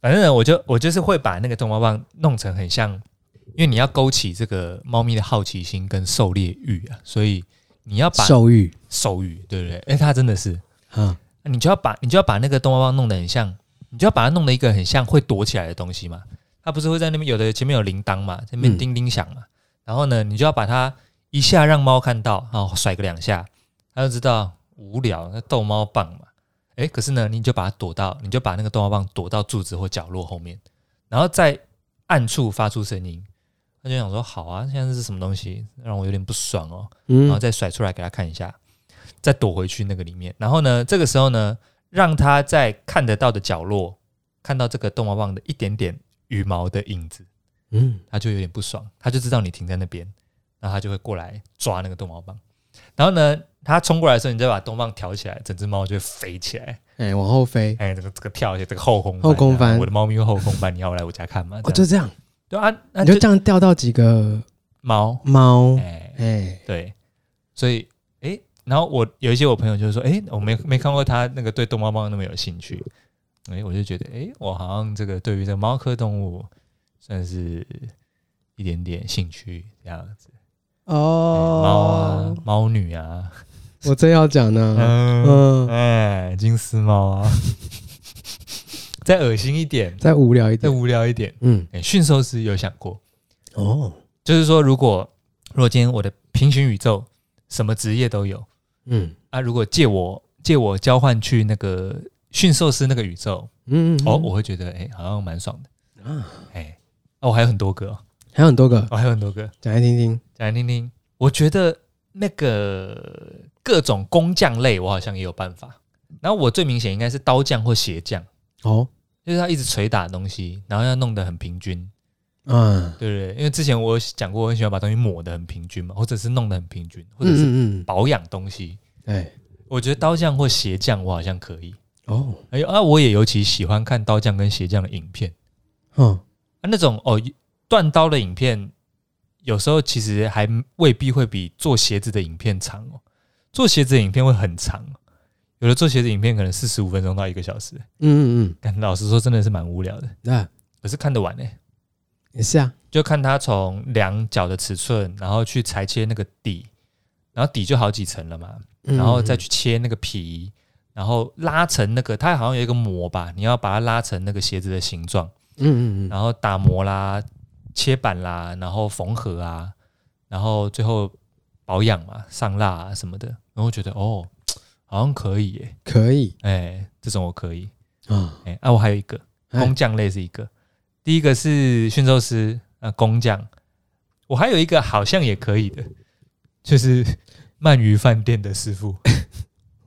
Speaker 1: 反正呢，我就我就是会把那个逗猫棒弄成很像，因为你要勾起这个猫咪的好奇心跟狩猎欲啊，所以你要把
Speaker 2: 兽欲
Speaker 1: 兽欲，对不对？哎、它真的是，
Speaker 2: 啊，
Speaker 1: 你就要把你就要把那个逗猫棒弄得很像，你就要把它弄得一个很像会躲起来的东西嘛。它不是会在那边有的前面有铃铛嘛，在那边
Speaker 2: 嗯
Speaker 1: 叮叮响嘛。然后呢，你就要把它一下让猫看到，然后甩个两下，它就知道无聊，那逗猫棒嘛。哎，可是呢，你就把它躲到，你就把那个逗猫棒躲到柱子或角落后面，然后在暗处发出声音。他就想说，好啊，现在这是什么东西，让我有点不爽哦。然后
Speaker 2: 嗯
Speaker 1: 再甩出来给他看一下，再躲回去那个里面。然后呢，这个时候呢，让他在看得到的角落看到这个逗猫棒的一点点羽毛的影子，
Speaker 2: 嗯
Speaker 1: 他就有点不爽，他就知道你停在那边，然后他就会过来抓那个逗猫棒。然后呢，他冲过来的时候，你再把逗猫棒挑起来，整只猫就会飞起来， [laughs]
Speaker 2: 哎，往后飞，
Speaker 1: 哎，这个这个跳起来，这个后空翻
Speaker 2: 后空翻
Speaker 1: 然后我的猫咪会后空翻，你要来我家看吗？
Speaker 2: 哦，
Speaker 1: 这
Speaker 2: 就
Speaker 1: 样
Speaker 2: 这样，
Speaker 1: 对啊，那
Speaker 2: 你就
Speaker 1: 就
Speaker 2: 这样哦钓到几个
Speaker 1: 猫，
Speaker 2: 猫，
Speaker 1: 哎，
Speaker 2: 哎，
Speaker 1: 对，所以诶，然后我有一些我朋友就是说，诶，我没没看过他那个对逗猫棒那么有兴趣，诶，我就觉得，诶，我好像这个对于这个猫科动物算是一点点兴趣这样子，诶猫啊
Speaker 2: 哦，，
Speaker 1: 猫女啊，
Speaker 2: 我正要讲呢，
Speaker 1: 嗯，[laughs]
Speaker 2: 嗯，
Speaker 1: 哎、金丝猫啊， [laughs] 再恶心一点，
Speaker 2: 再无聊一
Speaker 1: 再
Speaker 2: 点，
Speaker 1: 无聊一点，
Speaker 2: 嗯，
Speaker 1: 诶，驯兽师有想过，
Speaker 2: 哦，
Speaker 1: 就是说，如果如果今天我的平行宇宙什么职业都有。
Speaker 2: 嗯
Speaker 1: 啊，如果借我借我交换去那个驯兽师那个宇宙，
Speaker 2: 嗯，嗯
Speaker 1: 哦，我会觉得哎、诶好像蛮爽的，
Speaker 2: 啊，
Speaker 1: 哎、哦，我还有很多个哦，
Speaker 2: 还有很多个，
Speaker 1: 我、还有很多个，
Speaker 2: 讲来听听，
Speaker 1: 讲来听听。我觉得那个各种工匠类，我好像也有办法。然后我最明显应该是刀匠或鞋匠，
Speaker 2: 哦，
Speaker 1: 就是他一直捶打东西，然后要弄得很平均，
Speaker 2: 嗯，
Speaker 1: 对不对？因为之前我有讲过，我很喜欢把东西抹得很平均嘛，或者是弄得很平均，或者是
Speaker 2: 嗯嗯嗯，
Speaker 1: 保养东西。
Speaker 2: 哎，
Speaker 1: 我觉得刀匠或鞋匠，我好像可以。
Speaker 2: 哦，
Speaker 1: 哎呦啊，我也尤其喜欢看刀匠跟鞋匠的影片
Speaker 2: 嗯，
Speaker 1: 啊，那种哦断刀的影片，有时候其实还未必会比做鞋子的影片长哦。做鞋子的影片会很长哦，有的做鞋子影片可能四十五分钟到一个小时，
Speaker 2: 嗯嗯
Speaker 1: 但老实说真的是蛮无聊的，
Speaker 2: 嗯，啊，
Speaker 1: 可是看得完呢、欸
Speaker 2: 也是啊，
Speaker 1: 就看他从量角的尺寸，然后去裁切那个底，然后底就好几层了嘛，
Speaker 2: 嗯
Speaker 1: 然后再去切那个皮，然后拉成那个，它好像有一个模吧，你要把它拉成那个鞋子的形状。
Speaker 2: 嗯嗯嗯，
Speaker 1: 然后打磨啦、切板啦，然后缝合啊，然后最后保养嘛、上蜡啊什么的，然后我觉得哦，好像可以耶，
Speaker 2: 可以
Speaker 1: 哎，这种我可以，
Speaker 2: 啊，
Speaker 1: 哎，啊，我还有一个
Speaker 2: 哎
Speaker 1: 工匠类是一个，第一个是驯兽师啊、工匠，我还有一个好像也可以的，就是鳗鱼饭店的师傅，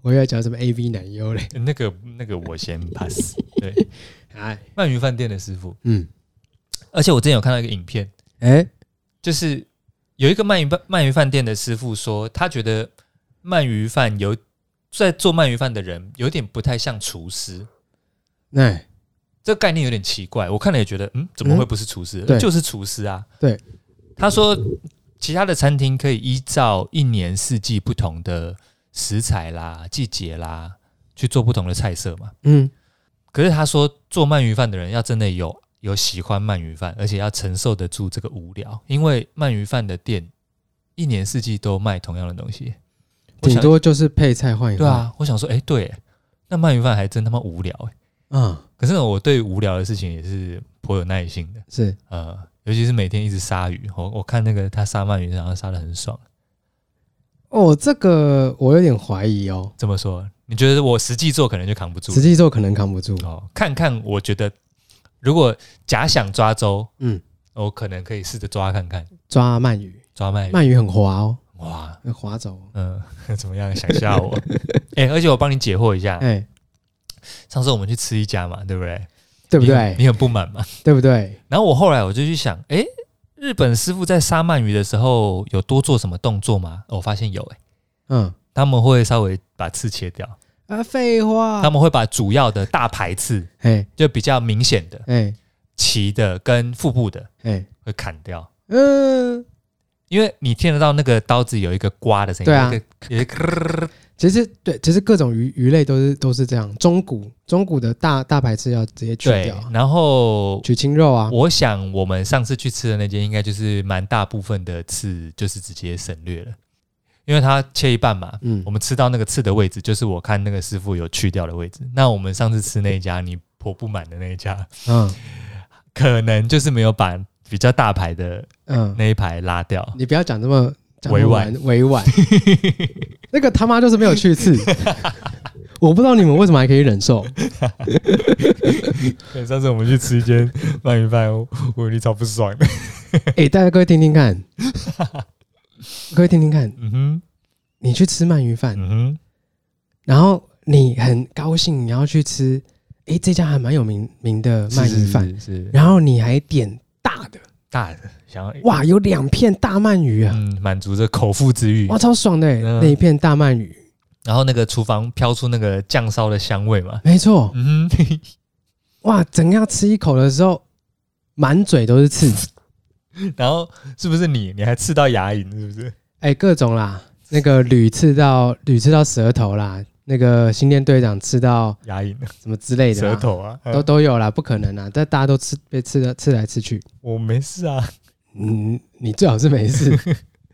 Speaker 2: 我又要讲什么 AV 男优嘞，
Speaker 1: [laughs] 那个那个我先 pass，对，
Speaker 2: 哎，
Speaker 1: 鳗鱼饭店的师傅，
Speaker 2: 嗯，
Speaker 1: 而且我之前有看到一个影片，
Speaker 2: 哎，
Speaker 1: 就是有一个鳗鱼饭鳗鱼饭店的师傅说，他觉得鳗鱼饭有在做鳗鱼饭的人有点不太像厨师，
Speaker 2: 那、
Speaker 1: 这个概念有点奇怪。我看了也觉得，嗯，怎么会不是厨师？
Speaker 2: 对
Speaker 1: 就是厨师啊。
Speaker 2: 对，
Speaker 1: 他说其他的餐厅可以依照一年四季不同的食材啦、季节啦去做不同的菜色嘛。
Speaker 2: 嗯，
Speaker 1: 可是他说，做鳗鱼饭的人要真的有有喜欢鳗鱼饭，而且要承受得住这个无聊，因为鳗鱼饭的店一年四季都卖同样的东西。我
Speaker 2: 顶
Speaker 1: 想
Speaker 2: 多就是配菜换一换。
Speaker 1: 对啊，我想说，哎、对，那鳗鱼饭还真他妈无聊哎、
Speaker 2: 嗯，
Speaker 1: 可是呢我对无聊的事情也是颇有耐心的，
Speaker 2: 是
Speaker 1: 呃，尤其是每天一直杀鱼，我我看那个他杀鳗鱼，然后杀的很爽。
Speaker 2: 哦，这个我有点怀疑哦，
Speaker 1: 这么说，你觉得我实际做可能就扛不住
Speaker 2: 实际做可能扛不住。
Speaker 1: 哦？看看，我觉得如果假想抓周，
Speaker 2: 嗯，
Speaker 1: 我可能可以试着抓看看，
Speaker 2: 抓鳗鱼，
Speaker 1: 抓鳗鱼。
Speaker 2: 鳗鱼很滑哦，
Speaker 1: 哇，
Speaker 2: 很滑走哦。
Speaker 1: 嗯，怎么样？想吓我？哎、而且我帮你解惑一下，
Speaker 2: 哎、
Speaker 1: 上次我们去吃一家嘛，对不对？
Speaker 2: 对不
Speaker 1: 你
Speaker 2: 对？
Speaker 1: 你很不满嘛？
Speaker 2: 对不对？
Speaker 1: 然后我后来我就去想，哎、日本师傅在杀鳗鱼的时候有多做什么动作吗？我发现有、诶
Speaker 2: 嗯，
Speaker 1: 他们会稍微把刺切掉，
Speaker 2: 啊，废话
Speaker 1: 他。们会把主要的大排刺，
Speaker 2: 哎
Speaker 1: 就比较明显的
Speaker 2: 哎
Speaker 1: 鳍的跟腹部的
Speaker 2: 哎，
Speaker 1: 会砍掉。
Speaker 2: 嗯，
Speaker 1: 因为你听得到那个刀子有一个刮的声音，
Speaker 2: 对啊
Speaker 1: 有一个，有一个
Speaker 2: 其实对，其实各种鱼鱼类都是都是这样，中骨中骨的大大排翅要直接去
Speaker 1: 对
Speaker 2: 掉，，啊
Speaker 1: 然后
Speaker 2: 取青肉啊。
Speaker 1: 我想我们上次去吃的那间，应该就是蛮大部分的刺就是直接省略了，因为它切一半嘛。
Speaker 2: 嗯
Speaker 1: 我，们吃到那个刺的位置，就是我看那个师傅有去掉的位置。那我们上次吃那一家，你颇不满的那一家，
Speaker 2: 嗯
Speaker 1: 可能就是没有把比较大牌的
Speaker 2: 嗯，
Speaker 1: 那一排拉掉。
Speaker 2: 你不要讲这么讲
Speaker 1: 委
Speaker 2: 委
Speaker 1: 婉
Speaker 2: 婉委 [laughs] 婉，那个他妈就是没有去 [laughs] 刺，我不知道你们为什么还可以忍受。
Speaker 1: 对上次我们去吃一间鳗鱼饭，我我有点超不爽的。
Speaker 2: 哎、大家各位听听
Speaker 1: [laughs]
Speaker 2: 看，各位听听看，
Speaker 1: 嗯哼，
Speaker 2: 你去吃鳗鱼饭，
Speaker 1: 嗯哼，
Speaker 2: 然后你很高兴你要去吃，哎、这家还蛮有名名的鳗鱼饭，
Speaker 1: 是是是
Speaker 2: 然后你还点大的，
Speaker 1: 大的，想要
Speaker 2: 哇，有两片大鳗鱼啊，
Speaker 1: 嗯满足着口腹之欲
Speaker 2: 哇，。超爽的、欸
Speaker 1: 嗯
Speaker 2: 那一片大鳗鱼，
Speaker 1: 然后那个厨房飘出那个酱烧的香味嘛。
Speaker 2: 没错，
Speaker 1: 嗯哼。
Speaker 2: 哇，整个要吃一口的时候，满嘴都是刺，
Speaker 1: [laughs] 然后是不是你？你还刺到牙龈是不是？
Speaker 2: 哎、各种啦，那个屡刺到屡刺到舌头啦，那个新店队长刺到
Speaker 1: 牙龈、
Speaker 2: 什么之类的啦
Speaker 1: 舌。头啊，
Speaker 2: 都
Speaker 1: 嗯
Speaker 2: 都有啦，不可能啊啦！但大家都吃被吃的吃来吃去，
Speaker 1: 我没事啊，
Speaker 2: 嗯，你最好是没事，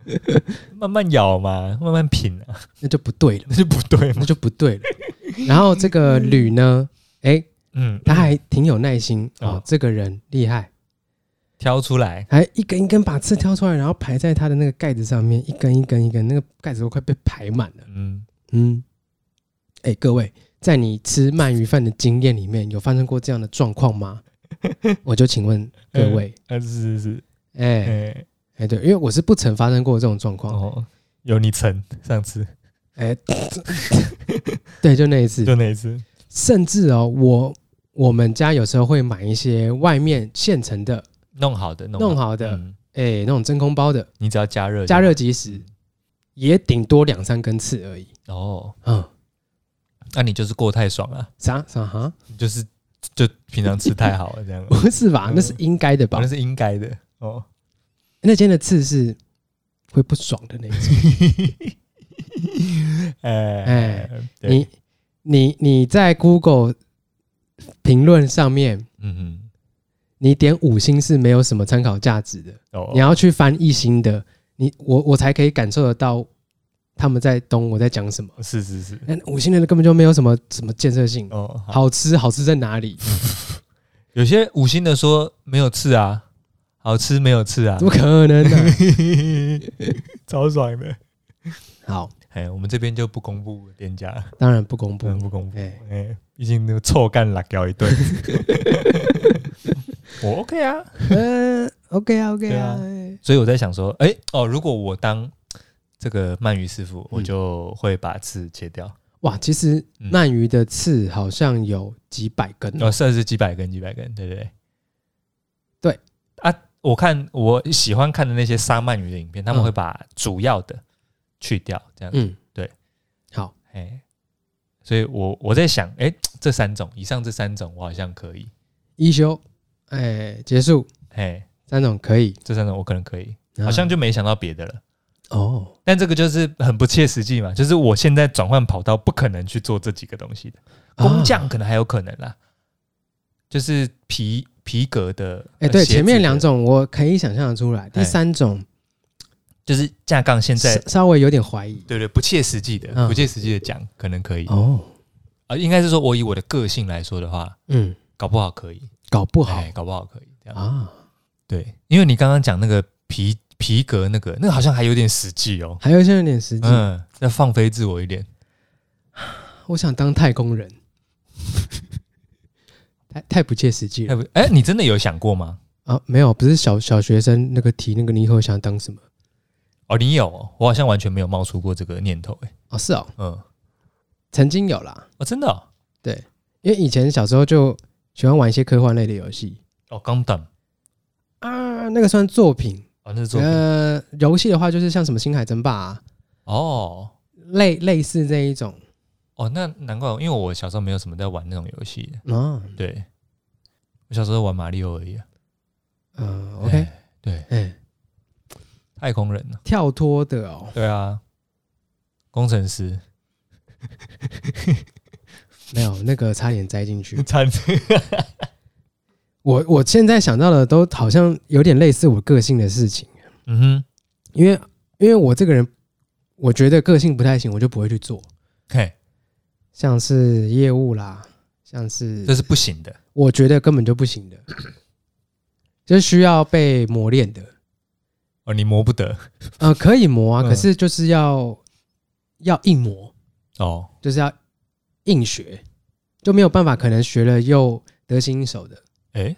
Speaker 2: [laughs]
Speaker 1: 慢慢咬嘛，慢慢品啊， [laughs]
Speaker 2: 那就不对了，
Speaker 1: 那就不对嘛
Speaker 2: [laughs] 那。就不对了。然后这个吕呢，哎、
Speaker 1: 嗯，
Speaker 2: 他还挺有耐心
Speaker 1: 哦
Speaker 2: 哦，这个人厉害，
Speaker 1: 挑出来，
Speaker 2: 还一根一根把刺挑出来，然后排在他的那个盖子上面，一根一根一根，那个盖子都快被排满了。
Speaker 1: 嗯，
Speaker 2: 嗯，哎、各位，在你吃鳗鱼饭的经验里面，有发生过这样的状况
Speaker 1: [laughs]
Speaker 2: 吗？我就请问各位，
Speaker 1: 啊是是是，
Speaker 2: 哎、
Speaker 1: 哎、
Speaker 2: 哎、对，因为我是不曾发生过这种状况，
Speaker 1: 哦，有你成上次
Speaker 2: 哎、 [laughs] 对，就那一次，
Speaker 1: 就那一次，
Speaker 2: 甚至哦，我我们家有时候会买一些外面现成的、
Speaker 1: 弄好的，弄
Speaker 2: 弄好的，
Speaker 1: 嗯
Speaker 2: 哎、那种真空包的
Speaker 1: 你只要加热就好，
Speaker 2: 加热即食，也顶多两三根刺而已。
Speaker 1: 哦，
Speaker 2: 嗯，
Speaker 1: 那、你就是过太爽了，
Speaker 2: 啥啥哈？，
Speaker 1: 你就是就平常吃太好了这样
Speaker 2: [laughs] 不是吧？
Speaker 1: 嗯
Speaker 2: 那是应该的吧
Speaker 1: 反正？是应该的哦。
Speaker 2: 那间的刺是会不爽的那一种。
Speaker 1: 哎
Speaker 2: 哎
Speaker 1: 对
Speaker 2: 你你你在 Google 评论上面，
Speaker 1: 嗯
Speaker 2: 你点五星是没有什么参考价值的。
Speaker 1: 嗯哦
Speaker 2: 你要去翻一星的，你我我才可以感受得到他们在懂我在讲什么。
Speaker 1: 是是是
Speaker 2: 但五星的根本就没有什么什么建设性，
Speaker 1: 嗯哦好。嗯
Speaker 2: 好吃好吃在哪里？
Speaker 1: 有些五星的说没有刺啊，好吃没有刺啊
Speaker 2: 怎，么可能呢、
Speaker 1: [laughs] 超爽的。
Speaker 2: 好，
Speaker 1: 哎，我们这边就不公布店家，
Speaker 2: 当然不公
Speaker 1: 不
Speaker 2: 布。
Speaker 1: 能不公布。
Speaker 2: 哎
Speaker 1: 哎，毕竟那个臭干辣椒 [laughs] 一顿，我 OK 啊。
Speaker 2: 嗯、o k 啊，OK 啊，
Speaker 1: 所以我在想说，哎、哦，如果我当这个鳗鱼师傅，我就会把刺切掉，
Speaker 2: 哇，其实
Speaker 1: 嗯啊
Speaker 2: 鳗鱼的刺好像有几百根哦，
Speaker 1: 哦，算是几百根，几百根，对不对？
Speaker 2: 对
Speaker 1: 啊，我看我喜欢看的那些沙曼鱼的影片，他们
Speaker 2: 嗯
Speaker 1: 会把主要的去掉，这样子。
Speaker 2: 嗯，
Speaker 1: 对，
Speaker 2: 好，
Speaker 1: 哎、所以我我在想，哎、这三种以上这三种，我好像可以，
Speaker 2: 一休，哎，结束，
Speaker 1: 哎、
Speaker 2: 三种可以，
Speaker 1: 这三种我可能可以，
Speaker 2: 啊
Speaker 1: 好像就没想到别的了。
Speaker 2: 哦，
Speaker 1: 但这个就是很不切实际嘛，就是我现在转换跑道不可能去做这几个东西的，
Speaker 2: 啊
Speaker 1: 工匠可能还有可能啦，就是皮皮革的，
Speaker 2: 哎，
Speaker 1: 呃
Speaker 2: 对，
Speaker 1: 鞋子
Speaker 2: 前面两
Speaker 1: 的
Speaker 2: 种我可以想象得出来，第
Speaker 1: 哎
Speaker 2: 三种
Speaker 1: 就是架杠现在
Speaker 2: 稍稍微有点怀疑。
Speaker 1: 对对不切实际的，
Speaker 2: 嗯
Speaker 1: 不切实际的讲可能可以啊、
Speaker 2: 哦，
Speaker 1: 呃应该是说我以我的个性来说的话，
Speaker 2: 嗯，
Speaker 1: 搞不好可以，
Speaker 2: 搞不
Speaker 1: 不
Speaker 2: 好
Speaker 1: 搞不好可以这样。
Speaker 2: 啊，
Speaker 1: 对，因为你刚刚讲那个皮皮革那个，那个好像还有点实际哦。
Speaker 2: 还有一些有点实际，
Speaker 1: 嗯，再放飞自我一点。
Speaker 2: 我想当太空
Speaker 1: [laughs]
Speaker 2: 人，太太不切实际
Speaker 1: 哎
Speaker 2: 了
Speaker 1: 不，哎，你真的有想过吗？
Speaker 2: 啊！没有，不是小小学生那个题，那个你以后想当什么？
Speaker 1: 哦，你有哦，我好像完全没有冒出过这个念头。哎，
Speaker 2: 哦，是哦，
Speaker 1: 嗯，
Speaker 2: 曾经有啦，
Speaker 1: 哦，真的哦，
Speaker 2: 因为以前小时候就喜欢玩一些科幻类的游戏
Speaker 1: 哦，钢弹，
Speaker 2: 啊，那个算作品。
Speaker 1: 哦，那是作品。
Speaker 2: 呃，游戏的话就是像什么《星海争霸》啊，
Speaker 1: 哦，
Speaker 2: 类类似这一种
Speaker 1: 哦，那难怪，因为我小时候没有什么在玩那种游戏的。
Speaker 2: 啊。
Speaker 1: 对，我小时候玩马里奥而已、啊。
Speaker 2: 嗯，OK，
Speaker 1: 哎对，
Speaker 2: 哎，
Speaker 1: 太空人呢、
Speaker 2: 跳脱的哦，
Speaker 1: 对啊，工程 [laughs] 师，
Speaker 2: 没有那个差点栽进去。
Speaker 1: 产
Speaker 2: 我我现在想到的都好像有点类似我个性的事情，
Speaker 1: 嗯哼，
Speaker 2: 因为因为我这个人，我觉得个性不太行，我就不会去做，
Speaker 1: 嘿，
Speaker 2: 像是业务啦，像是
Speaker 1: 这是不行的。
Speaker 2: 我觉得根本就不行的，就是需要被磨练的。
Speaker 1: 哦，你磨不得。
Speaker 2: 呃，可以磨啊，
Speaker 1: 嗯
Speaker 2: 可是就是要要硬磨，
Speaker 1: 哦，
Speaker 2: 就是要硬学，就没有办法，可能学了又得心应手的。
Speaker 1: 哎，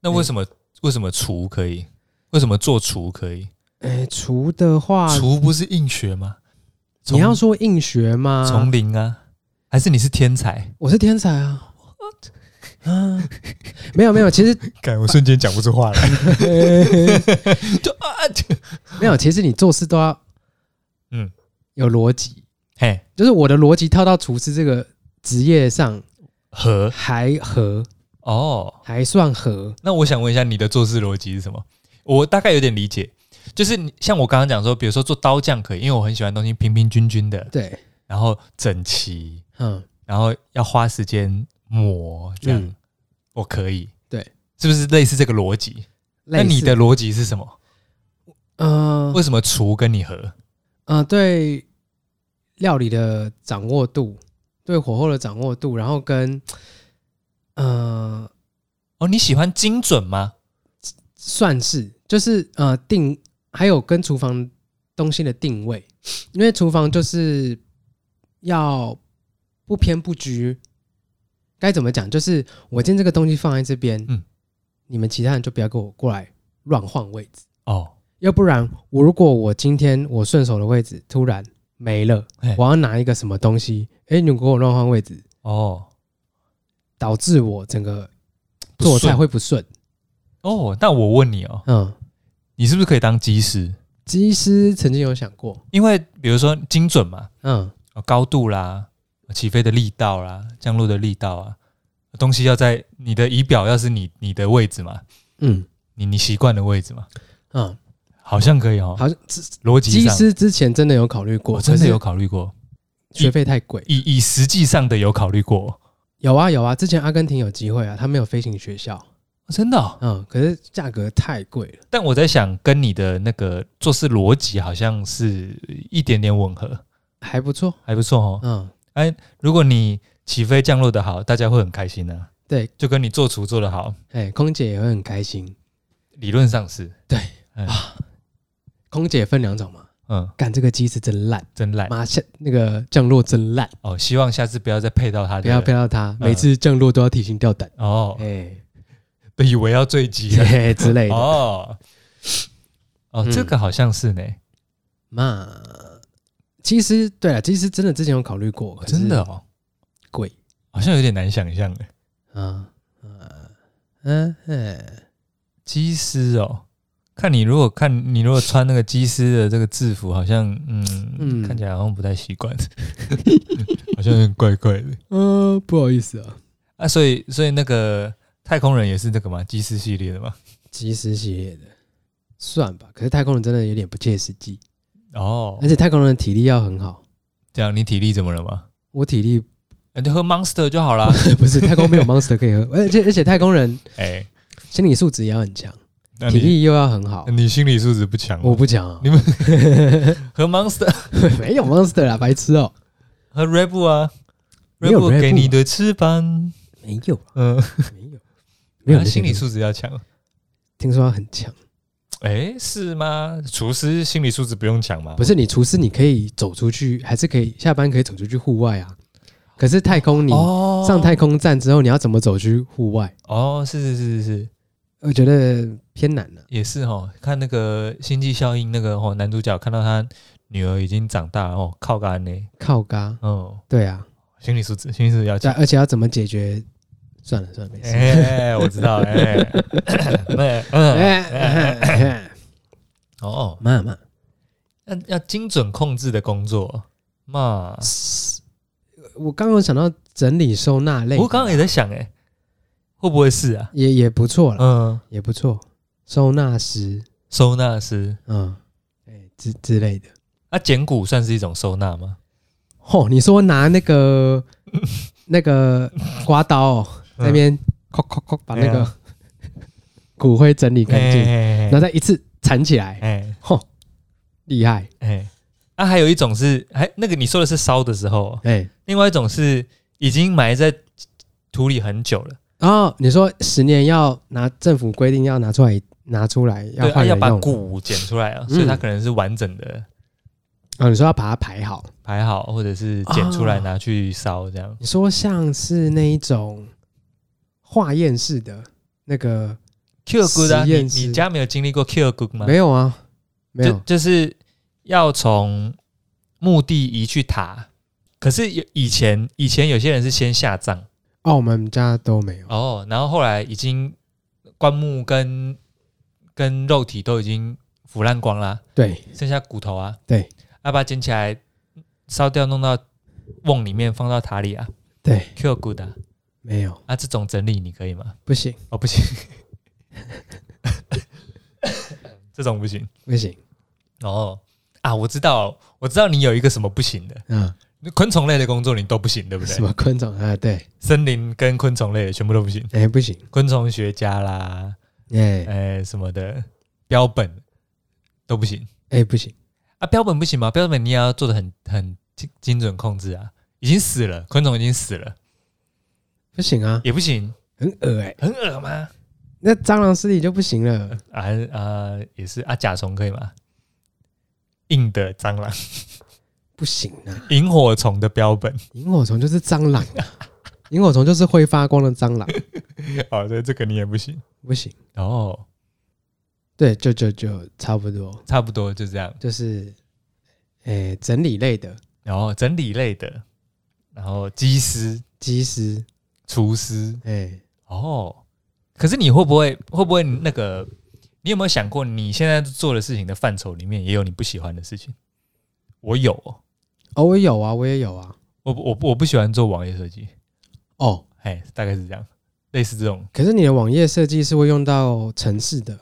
Speaker 1: 那为什么、为什么厨可以？为什么做厨可以？
Speaker 2: 哎，厨的话，
Speaker 1: 嗯厨不是硬学吗？
Speaker 2: 啊你要
Speaker 1: 从
Speaker 2: 说硬学吗？
Speaker 1: 从零啊，还是你是天才？
Speaker 2: 我是天才啊！啊，
Speaker 1: [laughs]
Speaker 2: 没有没有，其实、
Speaker 1: 感我瞬间讲不出话
Speaker 2: [laughs]
Speaker 1: 来。就啊，就
Speaker 2: 没有，其实你做事都要
Speaker 1: 嗯，
Speaker 2: 有逻辑。
Speaker 1: 嘿，
Speaker 2: 就是我的逻辑套到厨师这个职业上
Speaker 1: 和
Speaker 2: 还合，
Speaker 1: 哦，
Speaker 2: 还算合。
Speaker 1: 那我想问一下，你的做事逻辑是什么？我大概有点理解，就是你像我刚刚讲说，比如说做刀匠可以，因为我很喜欢东西平平均均的，
Speaker 2: 对，
Speaker 1: 然后整齐，
Speaker 2: 嗯，
Speaker 1: 然后要花时间磨，这样、
Speaker 2: 嗯
Speaker 1: 我可以。
Speaker 2: 对，
Speaker 1: 是
Speaker 2: 是
Speaker 1: 不是类似这个逻辑？
Speaker 2: 类
Speaker 1: 那
Speaker 2: 似
Speaker 1: 你的逻辑是什么？
Speaker 2: 呃
Speaker 1: 为什么厨跟你合？
Speaker 2: 呃，对料理的掌握度，对火候的掌握度，然后跟呃
Speaker 1: 哦，你喜欢精准吗？
Speaker 2: 算是就是呃定，还有跟厨房东西的定位，因为厨房就是要不偏不居。该怎么讲？就是我今天这个东西放在这边，
Speaker 1: 嗯
Speaker 2: 你们其他人就不要给我过来乱换位置，
Speaker 1: 哦，
Speaker 2: 要不然我如果我今天我顺手的位置突然没了
Speaker 1: 哎，
Speaker 2: 我要拿一个什么东西，哎、你给我乱换位置，
Speaker 1: 哦，
Speaker 2: 导致我整个
Speaker 1: 不
Speaker 2: 做菜
Speaker 1: 顺
Speaker 2: 会不顺。
Speaker 1: 哦，那我问你哦，
Speaker 2: 嗯，
Speaker 1: 你是不是可以当技师？
Speaker 2: 技师曾经有想过，
Speaker 1: 因为比如说精准嘛，
Speaker 2: 嗯，
Speaker 1: 哦高度啦，起飞的力道啦，降落的力道啊，东西要在你的仪表要是你你的位置嘛，
Speaker 2: 嗯
Speaker 1: 你你习惯的位置嘛，
Speaker 2: 嗯，
Speaker 1: 好像可以哦。
Speaker 2: 好像
Speaker 1: 逻辑
Speaker 2: 机
Speaker 1: 上，
Speaker 2: 师之前真的有考虑过，
Speaker 1: 我真的有
Speaker 2: 可
Speaker 1: 考虑过，
Speaker 2: 是学费太贵。
Speaker 1: 以以实际上的有考虑过，
Speaker 2: 有啊有啊，之前阿根廷有机会啊，他们有飞行学校，
Speaker 1: 哦真的哦、
Speaker 2: 嗯，可是价格太贵了。
Speaker 1: 但我在想，跟你的那个做事逻辑好像是一点点吻合，
Speaker 2: 还不错，
Speaker 1: 还不错哦。
Speaker 2: 嗯，
Speaker 1: 如果你起飞降落的好，大家会很开心呢、
Speaker 2: 对，
Speaker 1: 就跟你做厨做的好，
Speaker 2: 哎，空姐也会很开心。
Speaker 1: 理论上是，
Speaker 2: 空姐分两种嘛，
Speaker 1: 嗯，
Speaker 2: 干这个机师真烂，
Speaker 1: 真烂
Speaker 2: 妈下那个降落真烂，
Speaker 1: 哦。希望下次不要再配到他的，
Speaker 2: 不要配到他，每次降落都要提心吊胆，
Speaker 1: 嗯哦，
Speaker 2: 哎，
Speaker 1: 被以为要坠机
Speaker 2: [laughs]
Speaker 1: 了
Speaker 2: 嘿之类的。
Speaker 1: [laughs] 哦哦，
Speaker 2: 嗯
Speaker 1: 这个好像是呢，
Speaker 2: 嘛，其实对了，其实真的之前有考虑过，
Speaker 1: 哦
Speaker 2: 可是
Speaker 1: 真的哦，
Speaker 2: 贵
Speaker 1: 好像有点难想象哎，
Speaker 2: 啊啊，嗯嗯嗯
Speaker 1: 机师哦，看你如果看你如果穿那个机师的这个制服，好像嗯
Speaker 2: 嗯
Speaker 1: 看起来好像不太习 [laughs] 惯，好像有点怪怪的
Speaker 2: 嗯、不好意思啊，
Speaker 1: 啊。所以所以那个太空人也是这个嘛，机师系列的嘛。
Speaker 2: 即时系列的算吧。可是太空人真的有点不切实际，
Speaker 1: 哦
Speaker 2: 而，且太空人的体力要很好。
Speaker 1: 这样你体力怎么了嘛？
Speaker 2: 我体力 [laughs]
Speaker 1: 那就喝 Monster 就好啦。
Speaker 2: 不是太空没有 monster 可以喝，而且而且太空人
Speaker 1: [laughs] 哎，
Speaker 2: 心理素质也要很强，
Speaker 1: 那
Speaker 2: 体
Speaker 1: 你嗯
Speaker 2: 力又要很好
Speaker 1: 那。你心理素质不强吗，
Speaker 2: 我不讲啊
Speaker 1: 你，哦喝 Monster
Speaker 2: 没有 monster 啦，白痴哦、
Speaker 1: 喝 r e b u 啊 r
Speaker 2: 没
Speaker 1: e b
Speaker 2: 有
Speaker 1: u
Speaker 2: Red Bull
Speaker 1: 给你的翅膀，
Speaker 2: 没有，
Speaker 1: 嗯，
Speaker 2: 没有，没有
Speaker 1: 啊
Speaker 2: 这些
Speaker 1: 心理
Speaker 2: 东西
Speaker 1: 素质要强。
Speaker 2: 听说他很强，
Speaker 1: 哎，是吗？厨师心理素质不用强吗？
Speaker 2: 不是你厨师，你可以走出去，还是可以下班可以走出去户外啊。可是太空你
Speaker 1: 哦
Speaker 2: 上太空站之后，你要怎么走去户外？
Speaker 1: 哦，是是是是是，
Speaker 2: 我觉得偏难了、
Speaker 1: 也是哦。看那个《星际效应》那个哦，男主角看到他女儿已经长大了哦，靠杆呢，
Speaker 2: 靠嘎，
Speaker 1: 哦，
Speaker 2: 对啊，
Speaker 1: 心理素质，心理素质要
Speaker 2: 对
Speaker 1: 强
Speaker 2: 啊，。而且要怎么解决？算了算了，没事。
Speaker 1: 哎，我知道，
Speaker 2: [laughs]
Speaker 1: 哎，那嗯，
Speaker 2: 哎
Speaker 1: 哦，
Speaker 2: 妈妈，
Speaker 1: 要要精准控制的工作嘛。
Speaker 2: 我刚刚有想到整理收纳类的，
Speaker 1: 我刚刚也在想，哎，会不会是啊？
Speaker 2: 也也不错了，
Speaker 1: 嗯，
Speaker 2: 也不错，收纳师，
Speaker 1: 收纳师
Speaker 2: 嗯，哎之之类的。
Speaker 1: 啊，剪骨算是一种收纳吗？
Speaker 2: 哦，你说拿那个
Speaker 1: [laughs]
Speaker 2: 那个刮刀、哦、在那边，咔咔咔把那
Speaker 1: 嗯哎
Speaker 2: 个
Speaker 1: 呀
Speaker 2: 骨灰整理干净，
Speaker 1: 哎
Speaker 2: 然后再一次缠起来，
Speaker 1: 哎
Speaker 2: 吼，厉害！
Speaker 1: 哎，啊，还有一种是，还那个你说的是烧的时候哦。
Speaker 2: 哎，
Speaker 1: 另外一种是已经埋在土里很久了，
Speaker 2: 然后你说十年要拿政府规定要拿出来拿出来要
Speaker 1: 对，啊、
Speaker 2: 换
Speaker 1: 要
Speaker 2: 人
Speaker 1: 把
Speaker 2: 用，
Speaker 1: 骨捡出来啊，
Speaker 2: 嗯
Speaker 1: 所以它可能是完整的
Speaker 2: 啊，你说要把它排好，
Speaker 1: 排好，或者是捡出来
Speaker 2: 啊
Speaker 1: 拿去烧这样。
Speaker 2: 你说像是那一种化验室的那个
Speaker 1: Q good 啊，
Speaker 2: 实
Speaker 1: 你
Speaker 2: 验室
Speaker 1: 你家没有经历过 Q good 吗？
Speaker 2: 没有啊，没
Speaker 1: 就
Speaker 2: 有，
Speaker 1: 就是要从墓地移去塔。可是有以前以前有些人是先下葬
Speaker 2: 哦，我们家都没有，
Speaker 1: 哦，然后后来已经棺木跟跟肉体都已经腐烂光啦，
Speaker 2: 对，
Speaker 1: 剩下骨头啊，
Speaker 2: 对，
Speaker 1: 要把它捡起来烧掉，弄到瓮里面，放到塔里啊。
Speaker 2: 对
Speaker 1: ，Q good 啊，
Speaker 2: 没有，
Speaker 1: 啊，这种整理你可以吗？
Speaker 2: 不行，
Speaker 1: 哦，不行， [laughs] 这种不行。
Speaker 2: 不行，
Speaker 1: 哦，啊，我知道，我知道你有一个什么不行的，
Speaker 2: 嗯。
Speaker 1: 昆虫类的工作你都不行，对不
Speaker 2: 什
Speaker 1: 对？
Speaker 2: 么昆虫啊？对，
Speaker 1: 森林跟昆虫类的全部都不行，
Speaker 2: 哎、不行，
Speaker 1: 昆虫学家啦，
Speaker 2: 哎、
Speaker 1: 呃、什么的标本都不行
Speaker 2: 哎、不行，
Speaker 1: 啊，标本不行吗？标本你也要做的很很精精准控制啊，已经死了，昆虫已经死了。
Speaker 2: 不行啊，
Speaker 1: 也不行，
Speaker 2: 很恶哎、
Speaker 1: 很恶吗？
Speaker 2: 那蟑螂尸体就不行了，
Speaker 1: 啊啊，也是啊，甲虫可以吗？硬的蟑螂， [laughs]
Speaker 2: 不行啊！
Speaker 1: 萤火虫的标本。 [laughs]
Speaker 2: 萤火虫就是蟑螂啊，萤火虫就是会发光的蟑螂，
Speaker 1: 哦，对，这个你也不行。
Speaker 2: 不行。
Speaker 1: 哦，
Speaker 2: 对，就就就差不多，
Speaker 1: 差不多就这样。
Speaker 2: 就是，哎、整理类的
Speaker 1: 然后哦整理类的，然后机师、
Speaker 2: 机师，
Speaker 1: 厨师。
Speaker 2: 哎、
Speaker 1: 哦，可是你会不会会不会那个？你有没有想过，你现在做的事情的范畴里面也有你不喜欢的事情？我有哦，
Speaker 2: 哦，我有啊，我也有啊，
Speaker 1: 我不我不我不喜欢做网页设计，
Speaker 2: 哦，
Speaker 1: 哎，大概是这样，类似这种。
Speaker 2: 可是你的网页设计是会用到城市的，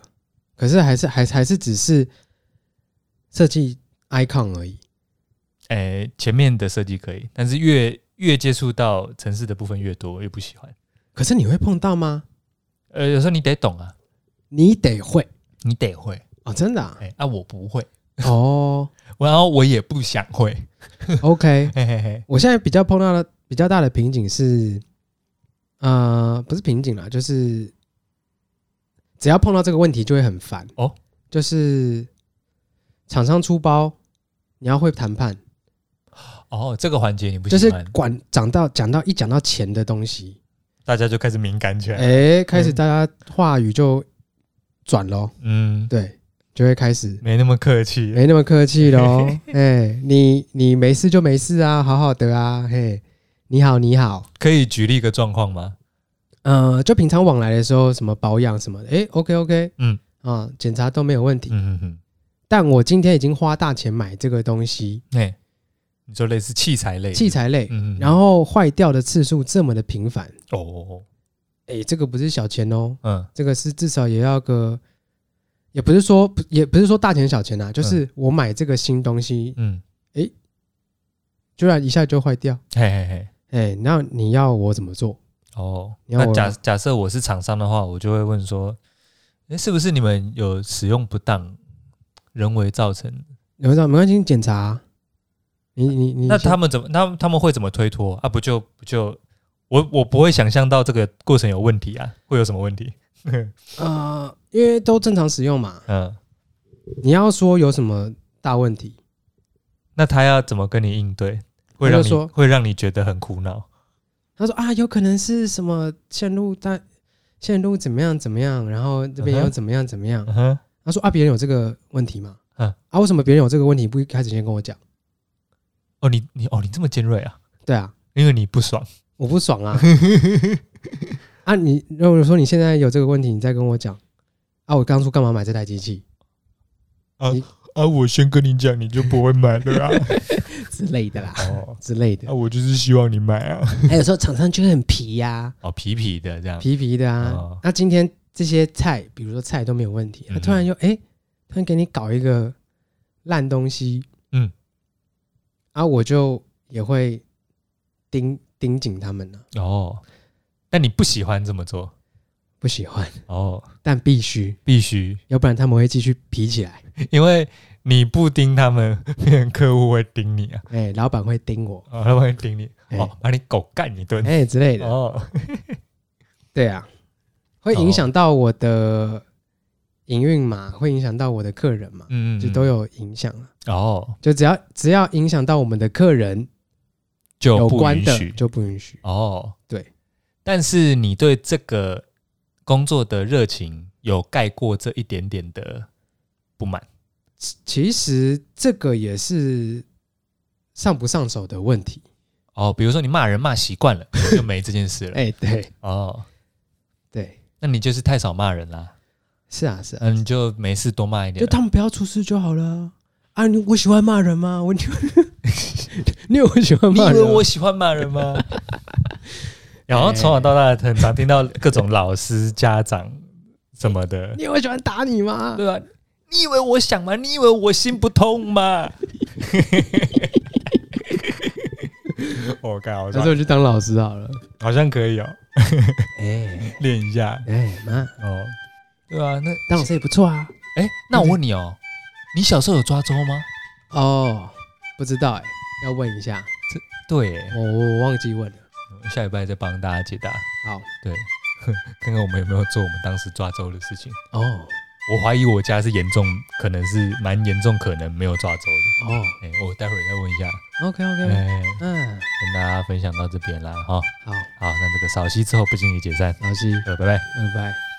Speaker 2: 可是还是还还是只是设计 icon 而已，
Speaker 1: 诶，前面的设计可以，但是越越接触到城市的部分越多，越不喜欢。
Speaker 2: 可是你会碰到吗？
Speaker 1: 呃，有时候你得懂啊，
Speaker 2: 你得会
Speaker 1: 你得会，
Speaker 2: 哦，真的、啊、
Speaker 1: 哎、啊，我不会，
Speaker 2: 哦。
Speaker 1: 然后我也不想会，
Speaker 2: OK，
Speaker 1: 嘿嘿嘿，
Speaker 2: 我现在比较碰到的比较大的瓶颈是，呃，不是瓶颈啦，就是只要碰到这个问题就会很烦
Speaker 1: 哦。
Speaker 2: 就是厂商出包，你要会谈判，
Speaker 1: 哦，这个环节你不
Speaker 2: 就是
Speaker 1: 喜欢，
Speaker 2: 管讲到讲到一讲到钱的东西，
Speaker 1: 大家就开始敏感起来，
Speaker 2: 哎、开始大家话语就转喽，
Speaker 1: 嗯，
Speaker 2: 对，就会开始
Speaker 1: 没那么客气，
Speaker 2: 没那么客气
Speaker 1: [laughs]
Speaker 2: 喽。哎、你你没事就没事啊，好好的啊，嘿，你好你好，
Speaker 1: 可以举例一个状况吗？
Speaker 2: 呃，就平常往来的时候，什么保养什么的，哎、o k OK，
Speaker 1: 嗯，
Speaker 2: 啊，检查都没有问题。
Speaker 1: 嗯嗯嗯，
Speaker 2: 但我今天已经花大钱买这个东西，
Speaker 1: 哎、你说类似器材类的
Speaker 2: 器，材类，
Speaker 1: 嗯嗯嗯
Speaker 2: 然后坏掉的次数这么的频繁，
Speaker 1: 哦哦
Speaker 2: 哎，这个不是小钱哦，
Speaker 1: 哦，嗯，
Speaker 2: 这个是至少也要个，也不是说不也不是说大钱小钱啊，就是我买这个新东西，
Speaker 1: 嗯，
Speaker 2: 居然一下就坏掉，
Speaker 1: 嘿嘿嘿，
Speaker 2: 哎，那你要我怎么做？
Speaker 1: 哦，
Speaker 2: 你要
Speaker 1: 那
Speaker 2: 我
Speaker 1: 假假设我是厂商的话，我就会问说，哎，是不是你们有使用不当，人为造成的？
Speaker 2: 你们知道没关系，你检查啊、你你你
Speaker 1: 那
Speaker 2: 先
Speaker 1: 他们怎么，他们他们会怎么推脱啊？不就不就，我我不会想象到这个过程有问题啊，会有什么问题？
Speaker 2: 呃，因为都正常使用嘛，
Speaker 1: 嗯，
Speaker 2: 你要说有什么大问题，
Speaker 1: 那他要怎么跟你应对？会
Speaker 2: 他就
Speaker 1: 让你
Speaker 2: 说
Speaker 1: 会让你觉得很苦恼。
Speaker 2: 他说啊，有可能是什么线路大线路怎么样怎么样，然后这边
Speaker 1: 嗯哼
Speaker 2: 又怎么样怎么样。
Speaker 1: 嗯哼，
Speaker 2: 他说啊，别人有这个问题嘛，
Speaker 1: 嗯
Speaker 2: 啊，为什么别人有这个问题不一开始先跟我讲？
Speaker 1: 哦，你你哦，你这么尖锐啊，[laughs]
Speaker 2: 对啊，
Speaker 1: 因为你不爽。
Speaker 2: 我不爽啊。啊，你如果说你现在有这个问题，你再跟我讲。啊，我当初干嘛买这台机器
Speaker 1: 啊，我先跟你讲，你就不会买 [laughs] 了啊。
Speaker 2: 之类的啦，
Speaker 1: 哦，
Speaker 2: 之类的。
Speaker 1: 我就是希望你买啊。
Speaker 2: 还有时候厂商就会很皮呀、
Speaker 1: 哦，皮皮的这样。
Speaker 2: 皮皮的啊
Speaker 1: 哦。
Speaker 2: 那、今天这些菜，比如说菜都没有问题，他、
Speaker 1: 嗯哼
Speaker 2: 突然又哎、突然给你搞一个烂东西，
Speaker 1: 嗯，
Speaker 2: 啊，我就也会盯盯紧他们了、啊
Speaker 1: 哦，但你不喜欢这么做。
Speaker 2: 不喜欢， [laughs]
Speaker 1: 哦，
Speaker 2: 但必须，
Speaker 1: 必须，
Speaker 2: 要不然他们会继续皮起来。
Speaker 1: 因为你不盯他们， [laughs] 别人客户会盯你啊，
Speaker 2: 哎、老板会盯我，
Speaker 1: 哦、他们会盯你，
Speaker 2: 哎、
Speaker 1: 哦，把你狗干一顿。
Speaker 2: 哎、之类
Speaker 1: 嗯
Speaker 2: 的，
Speaker 1: 哦，
Speaker 2: 对啊，会影响到我的营运嘛，会影响到我的客人嘛，
Speaker 1: 嗯，嗯
Speaker 2: 就都有影响了。
Speaker 1: 哦，
Speaker 2: 就只要只要影响到我们的客人
Speaker 1: 就
Speaker 2: 有
Speaker 1: 不
Speaker 2: 关
Speaker 1: 允
Speaker 2: 的，
Speaker 1: 许
Speaker 2: 就不允许。
Speaker 1: 哦，
Speaker 2: 对。
Speaker 1: 但是你对这个工作的热情有盖过这一点点的不满
Speaker 2: 其实这个也是上不上手的问题。
Speaker 1: 哦，比如说你骂人骂习惯了，就没这件事了。
Speaker 2: [laughs] 哎、对
Speaker 1: 哦，
Speaker 2: 对，
Speaker 1: 那你就是太少骂人啦，
Speaker 2: 是啊是啊，
Speaker 1: 嗯，你就没事多骂一点
Speaker 2: 就。他们不要出事就好了啊。啊，你我喜欢骂人吗？ [laughs] 我你有喜
Speaker 1: [laughs]
Speaker 2: 欢
Speaker 1: 你
Speaker 2: 骂
Speaker 1: 以为
Speaker 2: 人吗？
Speaker 1: 我喜欢骂人吗？啊 [laughs] 然后从小到大很常听到各种老师、家长什么的，
Speaker 2: 你有喜欢打你吗？
Speaker 1: 对吧？啊你以为我想吗？你以为我心不痛吗？ [laughs] 我靠，
Speaker 2: 那时候就当老师好了。
Speaker 1: 好像可以哦，
Speaker 2: 哎
Speaker 1: 练一下
Speaker 2: 哎妈，
Speaker 1: 哦。对啊，那
Speaker 2: 当老师也不错啊。
Speaker 1: 哎，那我问你哦，你小时候有抓周吗？
Speaker 2: 哦，不知道哎、要问一下，
Speaker 1: 对耶，
Speaker 2: 我我忘记问了。
Speaker 1: 下礼拜再帮大家解答，
Speaker 2: 好
Speaker 1: 看看我们有没有做我们当时抓周的事情。
Speaker 2: 哦
Speaker 1: 我怀疑我家是严重，可能是蛮严重，可能没有抓周的。
Speaker 2: 哦
Speaker 1: 哎、我待会儿再问一下。
Speaker 2: ，OK
Speaker 1: 哎、
Speaker 2: OK，嗯，
Speaker 1: 跟大家分享到这边啦，哈。
Speaker 2: 好，
Speaker 1: 好，那这个扫息之后不经意解散，
Speaker 2: 老师，
Speaker 1: 呃，拜拜。
Speaker 2: 拜拜。